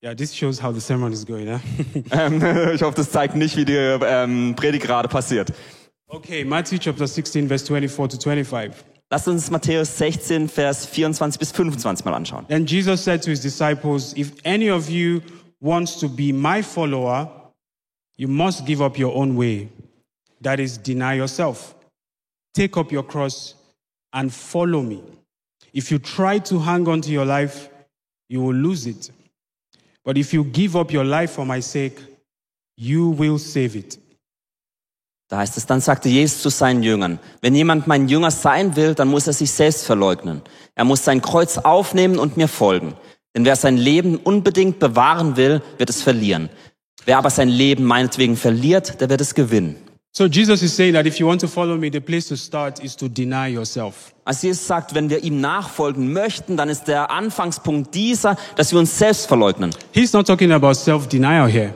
[SPEAKER 1] Yeah, this shows how the sermon is going, huh?
[SPEAKER 2] Ähm, ich hoffe, das zeigt nicht, wie die ähm, Predigt gerade passiert.
[SPEAKER 1] okay, Matthew chapter 16, verse 24 to 25.
[SPEAKER 2] Lasst uns Matthäus 16, Vers 24 bis 25 mal anschauen.
[SPEAKER 1] Then Jesus said to his disciples, If any of you wants to be my follower, you must give up your own way. That is, deny yourself, take up your cross, and follow me. If you try to hang on to your life, you will lose it. But if you give up your life for my sake, you will save it.
[SPEAKER 2] Da heißt es, dann sagte Jesus zu seinen Jüngern, wenn jemand mein Jünger sein will, dann muss er sich selbst verleugnen. Er muss sein Kreuz aufnehmen und mir folgen. Denn wer sein Leben unbedingt bewahren will, wird es verlieren. Wer aber sein Leben meinetwegen verliert, der wird es gewinnen.
[SPEAKER 1] So Jesus is saying that if you want to follow me, the place to start is to deny yourself.
[SPEAKER 2] Als Also Jesus sagt, wenn wir ihm nachfolgen möchten, dann ist der Anfangspunkt dieser, dass wir uns selbst verleugnen.
[SPEAKER 1] He's not talking about self denial here.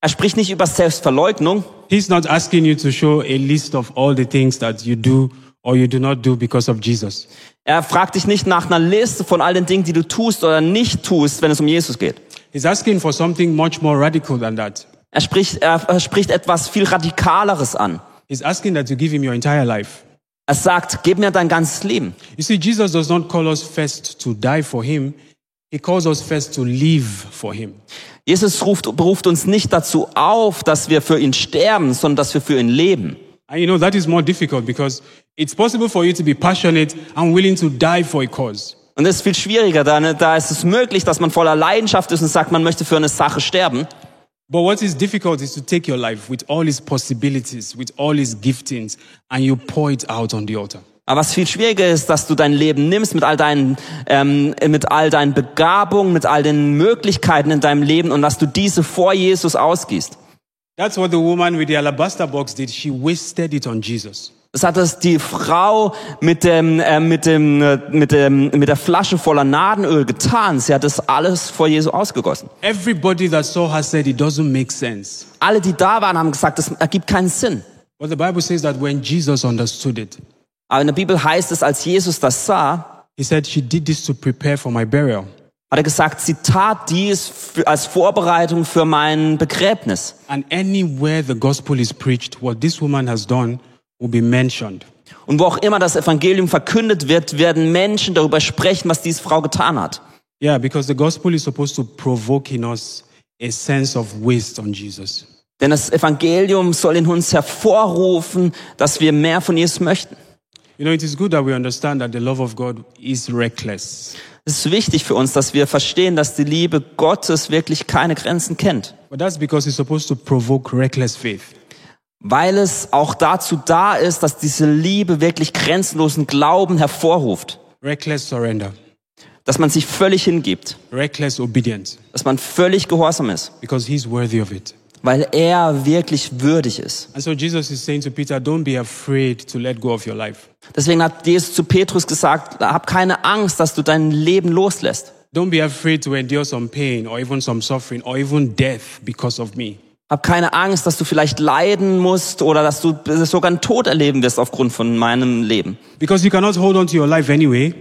[SPEAKER 2] Er spricht nicht über Selbstverleugnung.
[SPEAKER 1] He's not asking you to show a list of all the things that you do or you do not do because of Jesus.
[SPEAKER 2] Er fragt dich nicht nach einer Liste von all den Dingen, die du tust oder nicht tust, wenn es um Jesus geht.
[SPEAKER 1] He's asking for something much more radical than that.
[SPEAKER 2] Er spricht, er, er spricht etwas viel Radikaleres an.
[SPEAKER 1] He's asking that you give him your entire life.
[SPEAKER 2] Er sagt, gib mir dein ganzes Leben.
[SPEAKER 1] You see, Jesus does not call us first to die for him, he calls us first to live for him.
[SPEAKER 2] Jesus ruft, beruft uns nicht dazu auf, dass wir für ihn sterben, sondern dass wir für ihn leben.
[SPEAKER 1] And you know, that is more difficult because it's possible for you to be passionate and willing to die for a cause.
[SPEAKER 2] Und das ist viel schwieriger. Da, ne, da ist es möglich, dass man voller Leidenschaft ist und sagt, man möchte für eine Sache sterben.
[SPEAKER 1] But what is difficult is to take your life with all its possibilities, with all its giftings, and you pour it out on the altar.
[SPEAKER 2] Aber was viel schwieriger ist, dass du dein Leben nimmst mit all deinen, ähm, mit all deinen Begabungen, mit all den Möglichkeiten in deinem Leben und dass du diese vor Jesus ausgießt.
[SPEAKER 1] That's what the woman with the alabaster box did. She wasted it on Jesus.
[SPEAKER 2] Das hat es die Frau mit dem, äh, mit dem, äh, mit dem, mit der Flasche voller Nadenöl getan. Sie hat es alles vor Jesu ausgegossen.
[SPEAKER 1] Everybody that saw her said it doesn't make sense.
[SPEAKER 2] Alle, die da waren, haben gesagt, das ergibt keinen Sinn.
[SPEAKER 1] But the Bible says that when Jesus understood it,
[SPEAKER 2] Aber in der Bibel heißt es, als Jesus das sah,
[SPEAKER 1] he said, She did this to prepare for my burial.
[SPEAKER 2] hat er gesagt, sie tat dies für, als Vorbereitung für mein Begräbnis.
[SPEAKER 1] And anywhere the gospel is preached, what this woman has done will be mentioned.
[SPEAKER 2] Und wo auch immer das Evangelium verkündet wird, werden Menschen darüber sprechen, was diese Frau getan hat.
[SPEAKER 1] Yeah, because the gospel is supposed to provoke in us a sense of waste on Jesus.
[SPEAKER 2] Denn das Evangelium soll in uns hervorrufen, dass wir mehr von Jesus möchten.
[SPEAKER 1] You know, it is good that we understand that the love of God is reckless.
[SPEAKER 2] Es ist wichtig für uns, dass wir verstehen, dass die Liebe Gottes wirklich keine Grenzen kennt,
[SPEAKER 1] But that's because it's supposed to provoke reckless faith.
[SPEAKER 2] weil es auch dazu da ist, dass diese Liebe wirklich grenzenlosen Glauben hervorruft,
[SPEAKER 1] reckless surrender,
[SPEAKER 2] dass man sich völlig hingibt,
[SPEAKER 1] reckless obedience,
[SPEAKER 2] dass man völlig gehorsam ist,
[SPEAKER 1] because he's worthy of it.
[SPEAKER 2] weil er wirklich würdig ist.
[SPEAKER 1] And so Jesus is saying to Peter, don't be afraid to let go of your life.
[SPEAKER 2] Deswegen hat Jesus zu Petrus gesagt, hab keine Angst, dass du dein Leben loslässt.
[SPEAKER 1] Don't be afraid to endure some pain or even some suffering or even death because of me.
[SPEAKER 2] Hab keine Angst, dass du vielleicht leiden musst oder dass du sogar einen Tod erleben wirst aufgrund von meinem Leben.
[SPEAKER 1] Because you cannot hold on to your life anyway.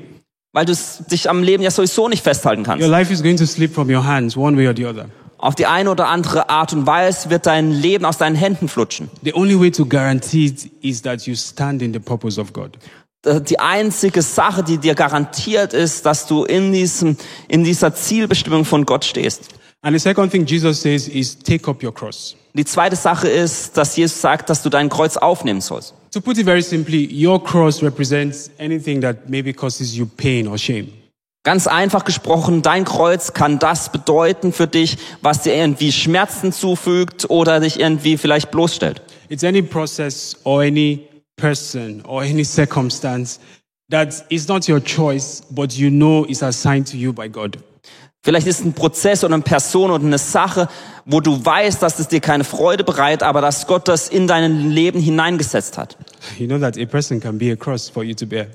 [SPEAKER 2] Weil du es- dich am Leben ja sowieso nicht festhalten kannst.
[SPEAKER 1] Your life is going to slip from your hands one way or the other.
[SPEAKER 2] Auf die eine oder andere Art und Weise wird dein Leben aus deinen Händen flutschen.
[SPEAKER 1] The only way to guarantee it is that you stand in the purpose of God.
[SPEAKER 2] Äh, Die einzige Sache, die dir garantiert ist, dass du in, diesem, in dieser Zielbestimmung von Gott stehst.
[SPEAKER 1] And the second thing Jesus says is take up your cross.
[SPEAKER 2] Die zweite Sache ist, dass Jesus sagt, dass du dein Kreuz aufnehmen sollst.
[SPEAKER 1] To put it very simply, your cross represents anything that maybe causes you pain or shame.
[SPEAKER 2] Ganz einfach gesprochen, dein Kreuz kann das bedeuten für dich, was dir irgendwie Schmerzen zufügt oder dich irgendwie vielleicht bloßstellt.
[SPEAKER 1] It's any process or any person or any circumstance that is not your choice, but you know is assigned to you by God.
[SPEAKER 2] Vielleicht ist ein Prozess oder eine Person oder eine Sache, wo du weißt, dass es dir keine Freude bereitet, aber dass Gott das in dein Leben hineingesetzt hat.
[SPEAKER 1] You know that a person can be a cross for you to bear.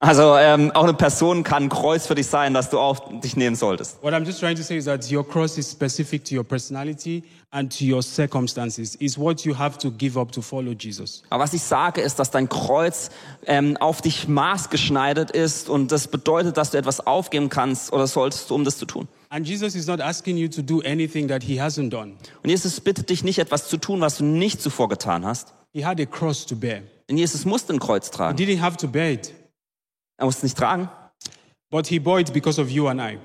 [SPEAKER 2] Also ähm, auch eine Person kann ein Kreuz für dich sein, das du auf dich nehmen solltest.
[SPEAKER 1] What I'm just trying to say is that your cross is specific to your personality and to your circumstances. It's what you have to give up to follow Jesus.
[SPEAKER 2] Aber was ich sage, ist, dass dein Kreuz ähm, auf dich maßgeschneidert ist und das bedeutet, dass du etwas aufgeben kannst oder solltest, um das zu tun.
[SPEAKER 1] And Jesus is not asking you to do anything that he hasn't done.
[SPEAKER 2] Und Jesus bittet dich nicht, etwas zu tun, was du nicht zuvor getan hast.
[SPEAKER 1] He had a cross to bear.
[SPEAKER 2] Denn Jesus musste ein Kreuz tragen.
[SPEAKER 1] He didn't have to bear it,
[SPEAKER 2] Er musste es nicht tragen,
[SPEAKER 1] but he bore it because of you and I.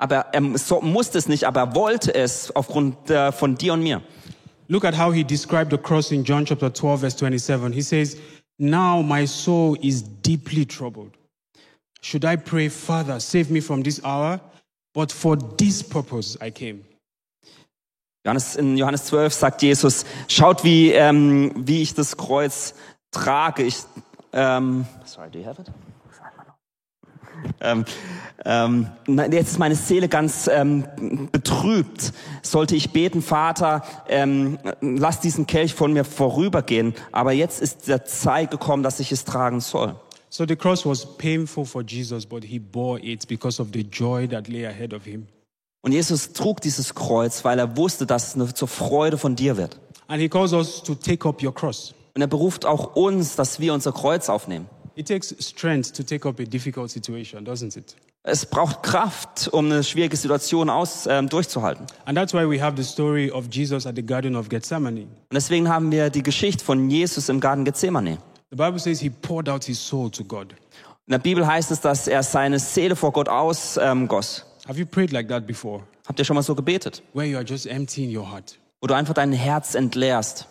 [SPEAKER 2] aber er so, musste es nicht, aber er wollte es aufgrund äh, von dir und mir.
[SPEAKER 1] Look at how he described the cross in John chapter 12, verse 27. He says, Now my soul is deeply troubled. Should I pray, Father, save me from this hour? But for this purpose I came.
[SPEAKER 2] Johannes, in Johannes 12 sagt Jesus, schaut, wie, ähm, wie ich das Kreuz trage. Ich, ähm, sorry, do you have it? Ähm, ähm, na, jetzt ist meine Seele ganz ähm, betrübt. Sollte ich beten, Vater, ähm, lass diesen Kelch von mir vorübergehen. Aber jetzt ist der Zeit gekommen, dass ich es tragen soll.
[SPEAKER 1] So the cross was painful for Jesus, but he bore it because of the joy that lay ahead of him.
[SPEAKER 2] Und Jesus trug dieses Kreuz, weil er wusste, dass es eine, zur Freude von dir wird.
[SPEAKER 1] And he calls us to take up your cross.
[SPEAKER 2] Und er beruft auch uns, dass wir unser Kreuz aufnehmen.
[SPEAKER 1] It takes strength to take up a difficult situation, doesn't it?
[SPEAKER 2] Es braucht Kraft, um eine schwierige Situation aus, ähm, durchzuhalten.
[SPEAKER 1] And that's why we have the story of Jesus at the Garden of Gethsemane.
[SPEAKER 2] Und deswegen haben wir die Geschichte von Jesus im Garten Gethsemane.
[SPEAKER 1] The Bible says he poured out his soul to God.
[SPEAKER 2] In der Bibel heißt es, dass er seine Seele vor Gott ausgoss. Ähm, goss.
[SPEAKER 1] Have you prayed like that before?
[SPEAKER 2] Habt ihr schon mal so gebetet?
[SPEAKER 1] Where you are just emptying your heart.
[SPEAKER 2] Wo du einfach dein Herz entleerst.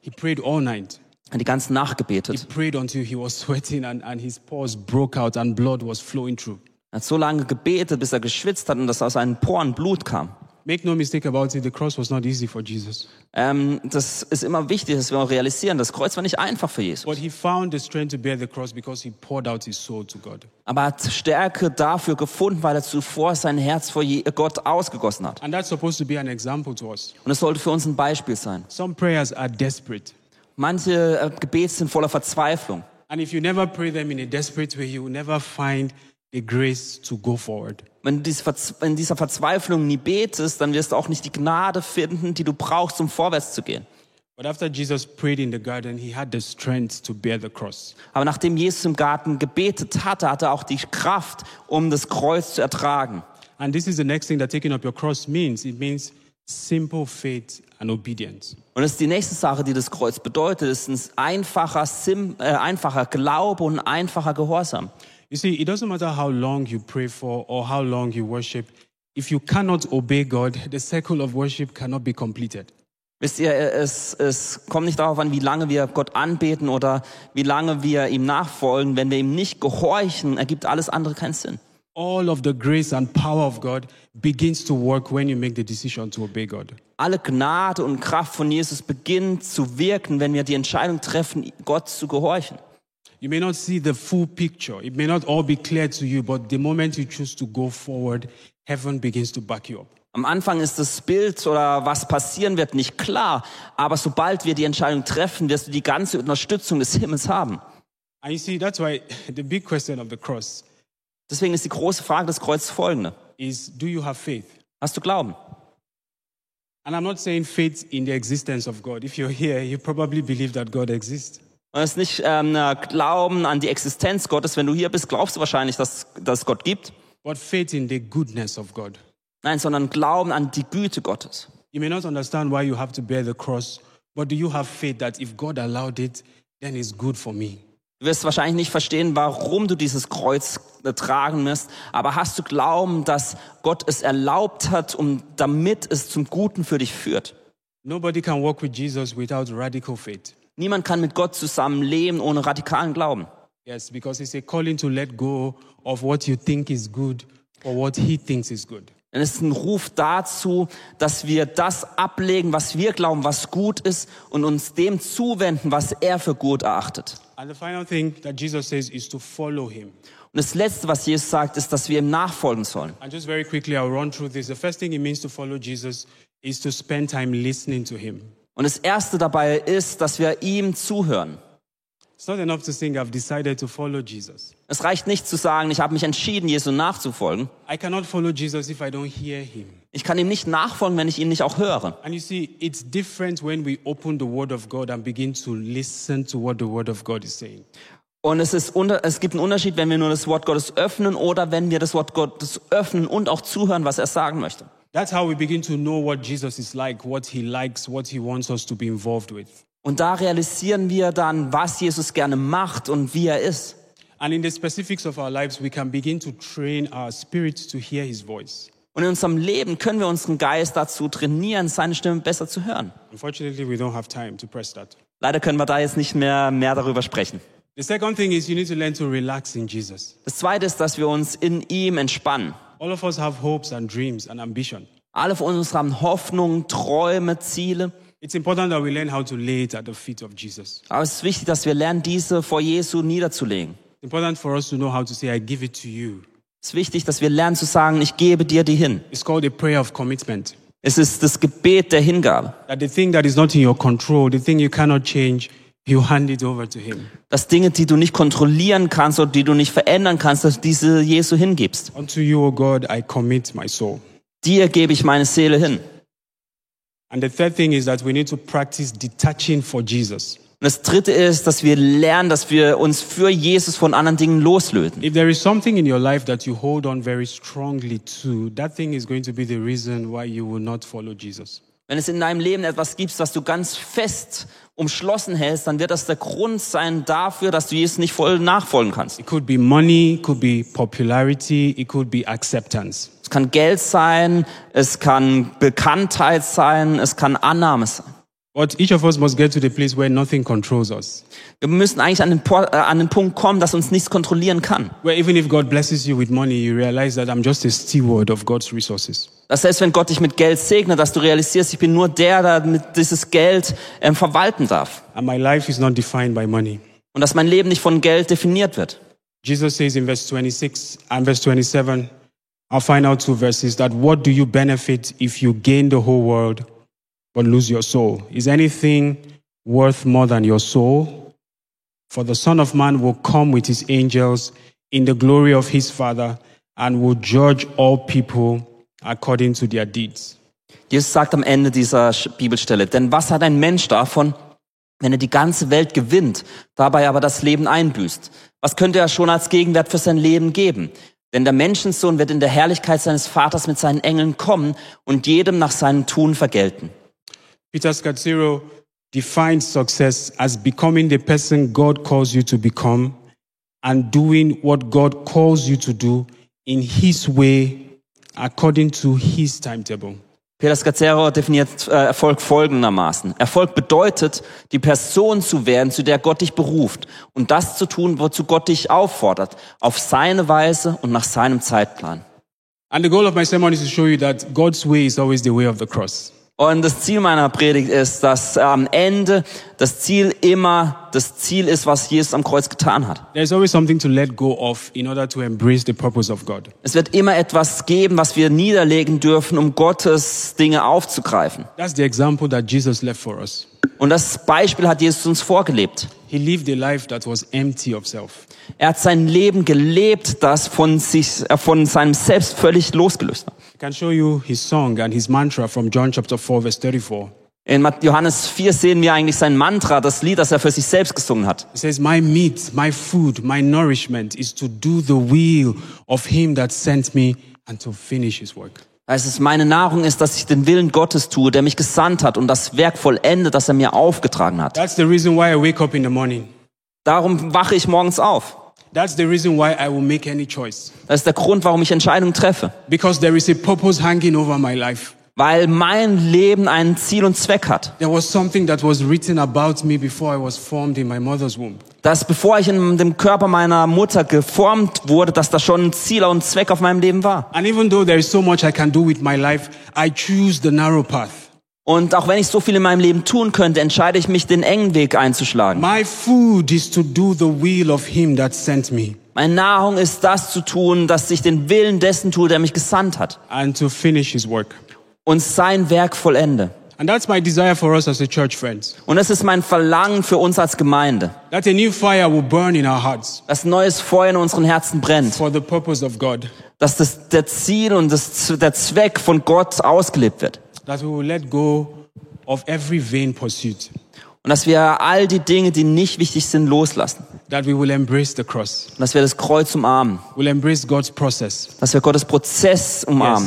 [SPEAKER 1] He prayed all night.
[SPEAKER 2] Und die ganze Nacht
[SPEAKER 1] He
[SPEAKER 2] gebetet.
[SPEAKER 1] prayed until he was sweating and, and his pores broke out and blood was flowing through.
[SPEAKER 2] Er hat so lange gebetet, bis er geschwitzt hat und dass aus seinen Poren Blut kam.
[SPEAKER 1] Make no mistake about it, the cross was not easy for Jesus.
[SPEAKER 2] Ähm, das ist immer wichtig, dass wir auch realisieren, das Kreuz war nicht einfach für Jesus.
[SPEAKER 1] But he found the strength to bear the cross because he poured out his soul to God.
[SPEAKER 2] Aber er hat Stärke dafür gefunden, weil er zuvor sein Herz vor Je- Gott ausgegossen hat.
[SPEAKER 1] And that's supposed to be an example to us.
[SPEAKER 2] Und es sollte für uns ein Beispiel sein.
[SPEAKER 1] Some prayers are desperate.
[SPEAKER 2] Manche äh, Gebete sind voller Verzweiflung.
[SPEAKER 1] And if you never pray them in a desperate way, you will never find the grace to go forward.
[SPEAKER 2] Wenn du diese Verz- in dieser Verzweiflung nie betest, dann wirst du auch nicht die Gnade finden, die du brauchst, um vorwärts zu gehen.
[SPEAKER 1] But after Jesus prayed in the garden, he had the strength to bear the cross.
[SPEAKER 2] Aber nachdem Jesus im Garten gebetet hatte, hatte er auch die Kraft, um das Kreuz zu ertragen.
[SPEAKER 1] And this is the next thing that taking up your cross means it means simple faith and obedience.
[SPEAKER 2] Und das ist die nächste Sache, die das Kreuz bedeutet. Es ist ein einfacher, Sim, äh, einfacher Glaube und ein einfacher Gehorsam.
[SPEAKER 1] You see, it doesn't matter how long you pray for or how long you worship. If you cannot obey God, the cycle of worship cannot be completed.
[SPEAKER 2] Wisst ihr, äh, es, es kommt nicht darauf an, wie lange wir Gott anbeten oder wie lange wir ihm nachfolgen. Wenn wir ihm nicht gehorchen, ergibt alles andere keinen Sinn.
[SPEAKER 1] All of the grace and power of God begins to work when you make the decision to obey God.
[SPEAKER 2] Alle Gnade und Kraft von Jesus beginnt zu wirken, wenn wir die Entscheidung treffen, Gott zu gehorchen.
[SPEAKER 1] You may not see the full picture. It may not all be clear to you, but the moment you choose to go forward, heaven begins to back you up.
[SPEAKER 2] Am Anfang ist das Bild oder was passieren wird nicht klar, aber sobald wir die Entscheidung treffen, wirst du die ganze Unterstützung des Himmels haben.
[SPEAKER 1] And you see, that's why the big question of the cross
[SPEAKER 2] Deswegen ist die große Frage des Kreuzes folgende.
[SPEAKER 1] is do you have faith?
[SPEAKER 2] Hast du Glauben?
[SPEAKER 1] And I'm not saying faith in the existence of God. If you're here, you probably believe that God exists.
[SPEAKER 2] Und es ist nicht ähm, äh, Glauben an die Existenz Gottes. Wenn du hier bist, glaubst du wahrscheinlich, dass, dass es Gott gibt.
[SPEAKER 1] but faith in the goodness of God.
[SPEAKER 2] Nein, sondern Glauben an die Güte Gottes.
[SPEAKER 1] You may not understand why you have to bear the cross, but do you have faith that if God allowed it, then it's good for me?
[SPEAKER 2] Du wirst wahrscheinlich nicht verstehen, warum du dieses Kreuz äh, tragen musst, aber hast du Glauben, dass Gott es erlaubt hat, um, damit es zum Guten für dich führt?
[SPEAKER 1] Nobody can walk with Jesus without radical faith.
[SPEAKER 2] Niemand kann mit Gott zusammen leben ohne radikalen Glauben.
[SPEAKER 1] Yes, because it's a calling to let go of what you think is good or what he thinks is good.
[SPEAKER 2] Denn es ist ein Ruf dazu, dass wir das ablegen, was wir glauben, was gut ist und uns dem zuwenden, was er für gut erachtet.
[SPEAKER 1] And the final thing that Jesus says is to follow him.
[SPEAKER 2] Und das Letzte, was Jesus sagt, ist, dass wir ihm nachfolgen sollen.
[SPEAKER 1] And just very quickly, I'll run through this. The first thing it means to follow Jesus is to spend time listening to him.
[SPEAKER 2] Und das Erste dabei ist, dass wir ihm zuhören.
[SPEAKER 1] It's not enough to sing, I've decided to follow Jesus.
[SPEAKER 2] Es reicht nicht zu sagen, ich habe mich entschieden, Jesus nachzufolgen.
[SPEAKER 1] I cannot follow Jesus if I don't hear him.
[SPEAKER 2] Ich kann ihm nicht nachfolgen, wenn ich ihn nicht auch höre.
[SPEAKER 1] And you see, it's different when we open the Word of God and begin to listen to what the Word of God is saying.
[SPEAKER 2] Und es, ist unter, es gibt einen Unterschied, wenn wir nur das Wort Gottes öffnen oder wenn wir das Wort Gottes öffnen und auch zuhören, was er sagen möchte.
[SPEAKER 1] That's how we begin to know what Jesus is like, what he likes, what he wants us to be involved with.
[SPEAKER 2] Und da realisieren wir dann, was Jesus gerne macht und wie er ist.
[SPEAKER 1] And in the specifics of our lives, we can begin to train our spirits to hear his voice.
[SPEAKER 2] Und Und in unserem Leben können wir unseren Geist dazu trainieren, seine Stimme besser zu hören.
[SPEAKER 1] Unfortunately, we don't have time to press that.
[SPEAKER 2] Leider können wir da jetzt nicht mehr mehr darüber sprechen.
[SPEAKER 1] The second thing is you need to learn to relax in Jesus.
[SPEAKER 2] Das Zweite ist, dass wir uns in ihm entspannen.
[SPEAKER 1] All of us have hopes and dreams and ambition.
[SPEAKER 2] Alle von uns haben Hoffnungen, Träume, Ziele.
[SPEAKER 1] It's important that we learn how to lay it at the feet of Jesus.
[SPEAKER 2] Aber es ist wichtig, dass wir lernen, diese vor Jesu niederzulegen.
[SPEAKER 1] It's important for us to know how to say, I give it to you.
[SPEAKER 2] Es ist wichtig, dass wir lernen zu sagen, ich gebe dir die hin.
[SPEAKER 1] It's called a prayer of commitment.
[SPEAKER 2] Es ist das Gebet der Hingabe.
[SPEAKER 1] That the thing that is not in your control, the thing you cannot change, you hand it over to Him
[SPEAKER 2] Dass Dinge, die du nicht kontrollieren kannst oder die du nicht verändern kannst, dass du diese Jesu hingibst.
[SPEAKER 1] Unto you, O God, I commit my soul.
[SPEAKER 2] Dir gebe ich meine Seele hin.
[SPEAKER 1] And the third thing is that we need to practice detaching for Jesus.
[SPEAKER 2] Und das Dritte ist, dass wir lernen, dass wir uns für Jesus von anderen Dingen loslösen.
[SPEAKER 1] If there is something in your life that you hold on very strongly to, that thing is going to be the reason why you will not follow Jesus.
[SPEAKER 2] Wenn es in deinem Leben etwas gibt, was du ganz fest umschlossen hältst, dann wird das der Grund sein dafür, dass du Jesus nicht voll nachfolgen kannst.
[SPEAKER 1] It could be money, it could be popularity, it could be acceptance.
[SPEAKER 2] Es kann Geld sein, es kann Bekanntheit sein, es kann Annahme sein.
[SPEAKER 1] But each of us must get to the place where nothing controls us.
[SPEAKER 2] Wir müssen eigentlich an den, Po- äh, an den Punkt kommen, dass uns nichts kontrollieren kann.
[SPEAKER 1] Where even if God blesses you with money, you realize that I'm just a steward of God's resources.
[SPEAKER 2] Dass selbst wenn Gott dich mit Geld segnet, dass du realisierst, ich bin nur der, der mit dieses Geld ähm, verwalten darf.
[SPEAKER 1] And my life is not defined by money.
[SPEAKER 2] Und dass mein Leben nicht von Geld definiert wird.
[SPEAKER 1] Jesus says in verse 26 and verse 27, our final two verses, that what do you benefit if you gain the whole world but lose your soul? Is anything worth more than your soul? For the Son of Man will come with his angels in the glory of his Father and will judge all people according to their deeds.
[SPEAKER 2] Jesus sagt am Ende dieser Sch- Bibelstelle, denn was hat ein Mensch davon, wenn er die ganze Welt gewinnt, dabei aber das Leben einbüßt? Was könnte er schon als Gegenwert für sein Leben geben? Denn der Menschensohn wird in der Herrlichkeit seines Vaters mit seinen Engeln kommen und jedem nach seinem Tun vergelten.
[SPEAKER 1] Peter Scazzero defines success as becoming the person God calls you to become and doing what God calls you to do in His way according to His timetable.
[SPEAKER 2] Peter Scazzero definiert äh, Erfolg folgendermaßen. Erfolg bedeutet, die Person zu werden, zu der Gott dich beruft und das zu tun, wozu Gott dich auffordert, auf seine Weise und nach seinem Zeitplan.
[SPEAKER 1] And the goal of my sermon is to show you that God's way is always the way of the cross.
[SPEAKER 2] Und das Ziel meiner Predigt ist, dass äh, am Ende das Ziel immer das Ziel ist, was Jesus am Kreuz getan hat.
[SPEAKER 1] There's always something to let go of in order to embrace the purpose of God.
[SPEAKER 2] Es wird immer etwas geben, was wir niederlegen dürfen, um Gottes Dinge aufzugreifen.
[SPEAKER 1] That's the example that Jesus left for us.
[SPEAKER 2] Und das Beispiel hat Jesus uns vorgelebt.
[SPEAKER 1] He lived a life that was empty of self.
[SPEAKER 2] Er hat sein Leben gelebt, das von sich, äh, von seinem Selbst völlig losgelöst war.
[SPEAKER 1] I can show you his song and his mantra from John chapter 4 verse 34.
[SPEAKER 2] In Mat- Johannes 4 sehen wir eigentlich sein Mantra, das Lied, das er für sich selbst gesungen hat.
[SPEAKER 1] It says, My meat, my food, my nourishment is to do the will of him that sent me and to finish his work.
[SPEAKER 2] Heißt es, meine Nahrung ist, dass ich den Willen Gottes tue, der mich gesandt hat und das Werk vollende, das er mir aufgetragen hat.
[SPEAKER 1] That's the reason why I wake up in the morning.
[SPEAKER 2] Darum wache ich morgens auf.
[SPEAKER 1] That's the reason why I will make any choice.
[SPEAKER 2] Das ist der Grund, warum ich Entscheidungen treffe.
[SPEAKER 1] Because there is a purpose hanging over my life.
[SPEAKER 2] Weil mein Leben ein Ziel und Zweck hat.
[SPEAKER 1] There was something that was written about me before I was formed in my mother's womb.
[SPEAKER 2] Dass bevor ich in dem Körper meiner Mutter geformt wurde, dass da schon ein Ziel und Zweck auf meinem Leben war.
[SPEAKER 1] And even though there is so much I can do with my life, I choose the narrow path.
[SPEAKER 2] Und auch wenn ich so viel in meinem Leben tun könnte, entscheide ich mich, den engen Weg einzuschlagen.
[SPEAKER 1] My food is to do the will of him that sent me
[SPEAKER 2] Meine Nahrung ist das zu tun, dass ich den Willen dessen tue, der mich gesandt hat.
[SPEAKER 1] and to finish his work.
[SPEAKER 2] Und sein Werk vollende.
[SPEAKER 1] And that's my desire for us as a church, friends.
[SPEAKER 2] Und das ist mein Verlangen für uns als Gemeinde.
[SPEAKER 1] that a new fire will burn in our hearts
[SPEAKER 2] Dass neues Feuer in unseren Herzen brennt.
[SPEAKER 1] for the purpose of God,
[SPEAKER 2] dass das, der Ziel und das, der Zweck von Gott ausgelebt wird.
[SPEAKER 1] that we will let go of every vain pursuit,
[SPEAKER 2] Und dass wir all die Dinge, die nicht wichtig sind, loslassen.
[SPEAKER 1] that we will embrace the cross,
[SPEAKER 2] Und dass wir das Kreuz umarmen.
[SPEAKER 1] we'll embrace God's process,
[SPEAKER 2] Dass wir Gottes Prozess umarmen.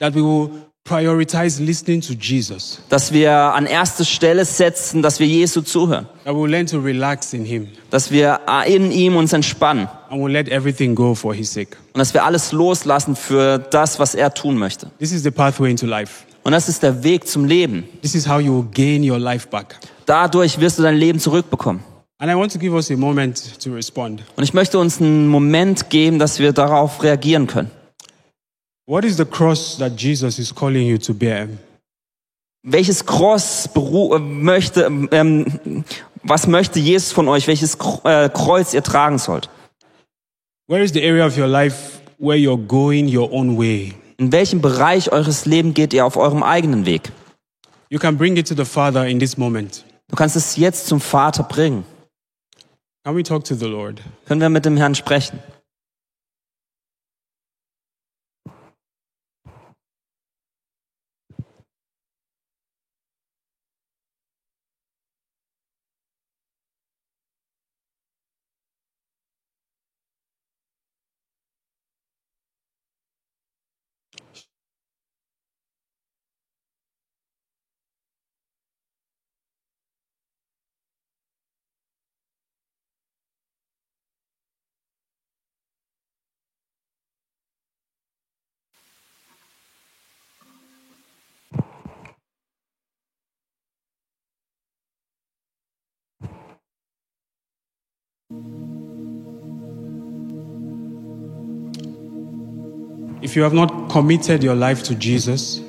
[SPEAKER 1] that we will prioritize listening to Jesus,
[SPEAKER 2] dass wir an erste Stelle setzen, dass wir Jesu zuhören,
[SPEAKER 1] that we'll learn to relax in Him
[SPEAKER 2] dass wir in ihm uns entspannen
[SPEAKER 1] and we'll let everything go for His sake.
[SPEAKER 2] und dass wir alles loslassen für das, was er tun möchte.
[SPEAKER 1] This is the pathway into life.
[SPEAKER 2] Und das ist der Weg zum Leben.
[SPEAKER 1] This is how you will gain your life back.
[SPEAKER 2] Dadurch wirst du dein Leben zurückbekommen.
[SPEAKER 1] And I want to give us a moment to respond.
[SPEAKER 2] Und ich möchte uns einen Moment geben, dass wir darauf reagieren können.
[SPEAKER 1] What is the cross that Jesus is calling you to bear?
[SPEAKER 2] Welches Kreuz beru- äh, möchte, ähm, was möchte Jesus von euch, welches Kr- äh, Kreuz ihr tragen sollt?
[SPEAKER 1] Where is the area of your life where you're going your own way?
[SPEAKER 2] In welchem Bereich eures Lebens geht ihr auf eurem eigenen Weg?
[SPEAKER 1] You can bring it to the Father in this moment.
[SPEAKER 2] Du kannst es jetzt zum Vater bringen.
[SPEAKER 1] Can we talk to the Lord?
[SPEAKER 2] Können wir mit dem Herrn sprechen?
[SPEAKER 1] If you have not committed your life to Jesus,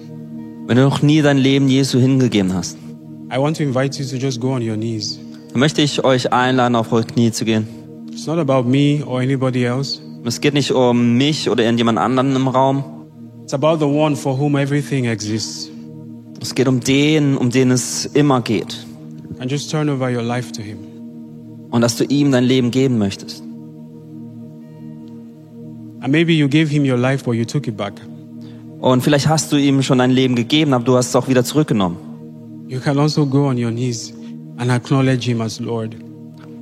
[SPEAKER 2] Wenn du noch nie dein Leben Jesu hingegeben hast,
[SPEAKER 1] I want to invite you to just go on your knees.
[SPEAKER 2] dann möchte ich euch einladen, auf eure Knie zu gehen.
[SPEAKER 1] It's not about me or anybody else.
[SPEAKER 2] Es geht nicht um mich oder irgendjemand anderen im Raum.
[SPEAKER 1] It's about the one for whom everything exists.
[SPEAKER 2] Es geht um den, um den es immer geht.
[SPEAKER 1] And just turn over your life to him
[SPEAKER 2] Und dass du ihm dein Leben geben möchtest.
[SPEAKER 1] and maybe you gave him your life but you took it back
[SPEAKER 2] Und vielleicht hast du ihm schon dein Leben gegeben, aber du hast es auch wieder zurückgenommen.
[SPEAKER 1] you can also go on your knees and acknowledge him as lord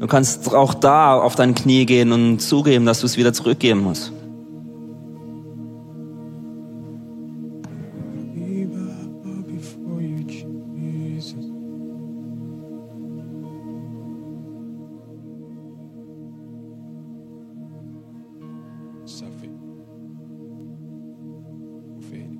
[SPEAKER 2] Du kannst auch da auf dein Knie gehen und zugeben, dass du es wieder zurückgeben musst.
[SPEAKER 1] We bow before you, Jesus. Suffer. Faith.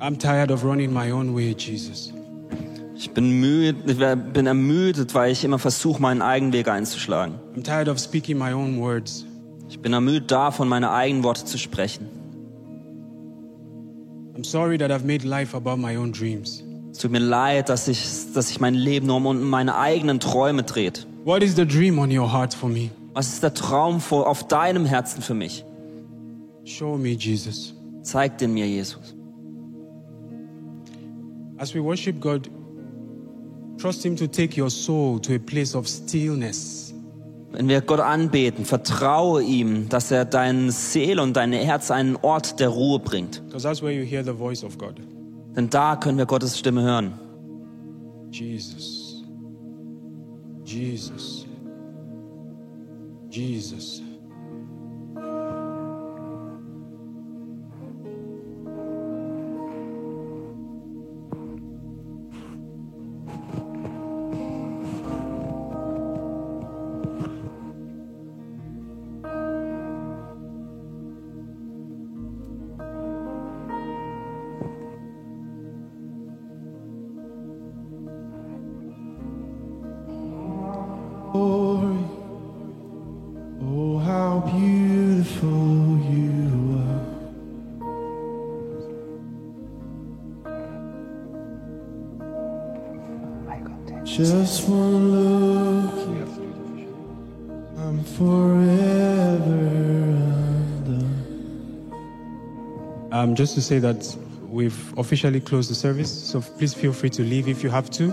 [SPEAKER 1] I'm tired of running my own way, Jesus.
[SPEAKER 2] Ich bin, müde, ich wär- bin ermüdet, weil ich immer versuche, meinen eigenen Weg einzuschlagen.
[SPEAKER 1] I'm tired of speaking my own words.
[SPEAKER 2] Ich bin ermüdet davon, meine eigenen Worte zu sprechen.
[SPEAKER 1] I'm sorry that I've made life about my own dreams.
[SPEAKER 2] Es tut mir leid, dass ich, dass ich mein Leben nur um meine eigenen Träume dreht.
[SPEAKER 1] What is the dream on your heart for me?
[SPEAKER 2] Was ist der Traum vor, auf deinem Herzen für mich?
[SPEAKER 1] Show me, Jesus.
[SPEAKER 2] Zeig den mir, Jesus.
[SPEAKER 1] As we worship God, trust Him to take your soul to a place of stillness,
[SPEAKER 2] Wenn wir Gott anbeten, vertraue ihm, dass er deine Seele und dein Herz einen Ort der Ruhe bringt.
[SPEAKER 1] because that's where you hear the voice of God.
[SPEAKER 2] Denn da können wir Gottes Stimme hören.
[SPEAKER 1] Jesus. Jesus. Jesus.
[SPEAKER 3] glory. Oh, how beautiful you are. Just one look, I'm forever undone.
[SPEAKER 1] Um, just to say that we've officially closed the service, so please feel free to leave if you have to.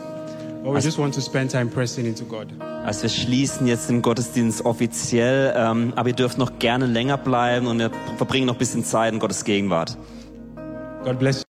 [SPEAKER 1] But we just want to spend time pressing into God.
[SPEAKER 2] Also wir schließen jetzt den Gottesdienst offiziell, ähm, aber ihr dürft noch gerne länger bleiben und wir verbringen noch ein bisschen Zeit in Gottes Gegenwart.
[SPEAKER 1] God bless you.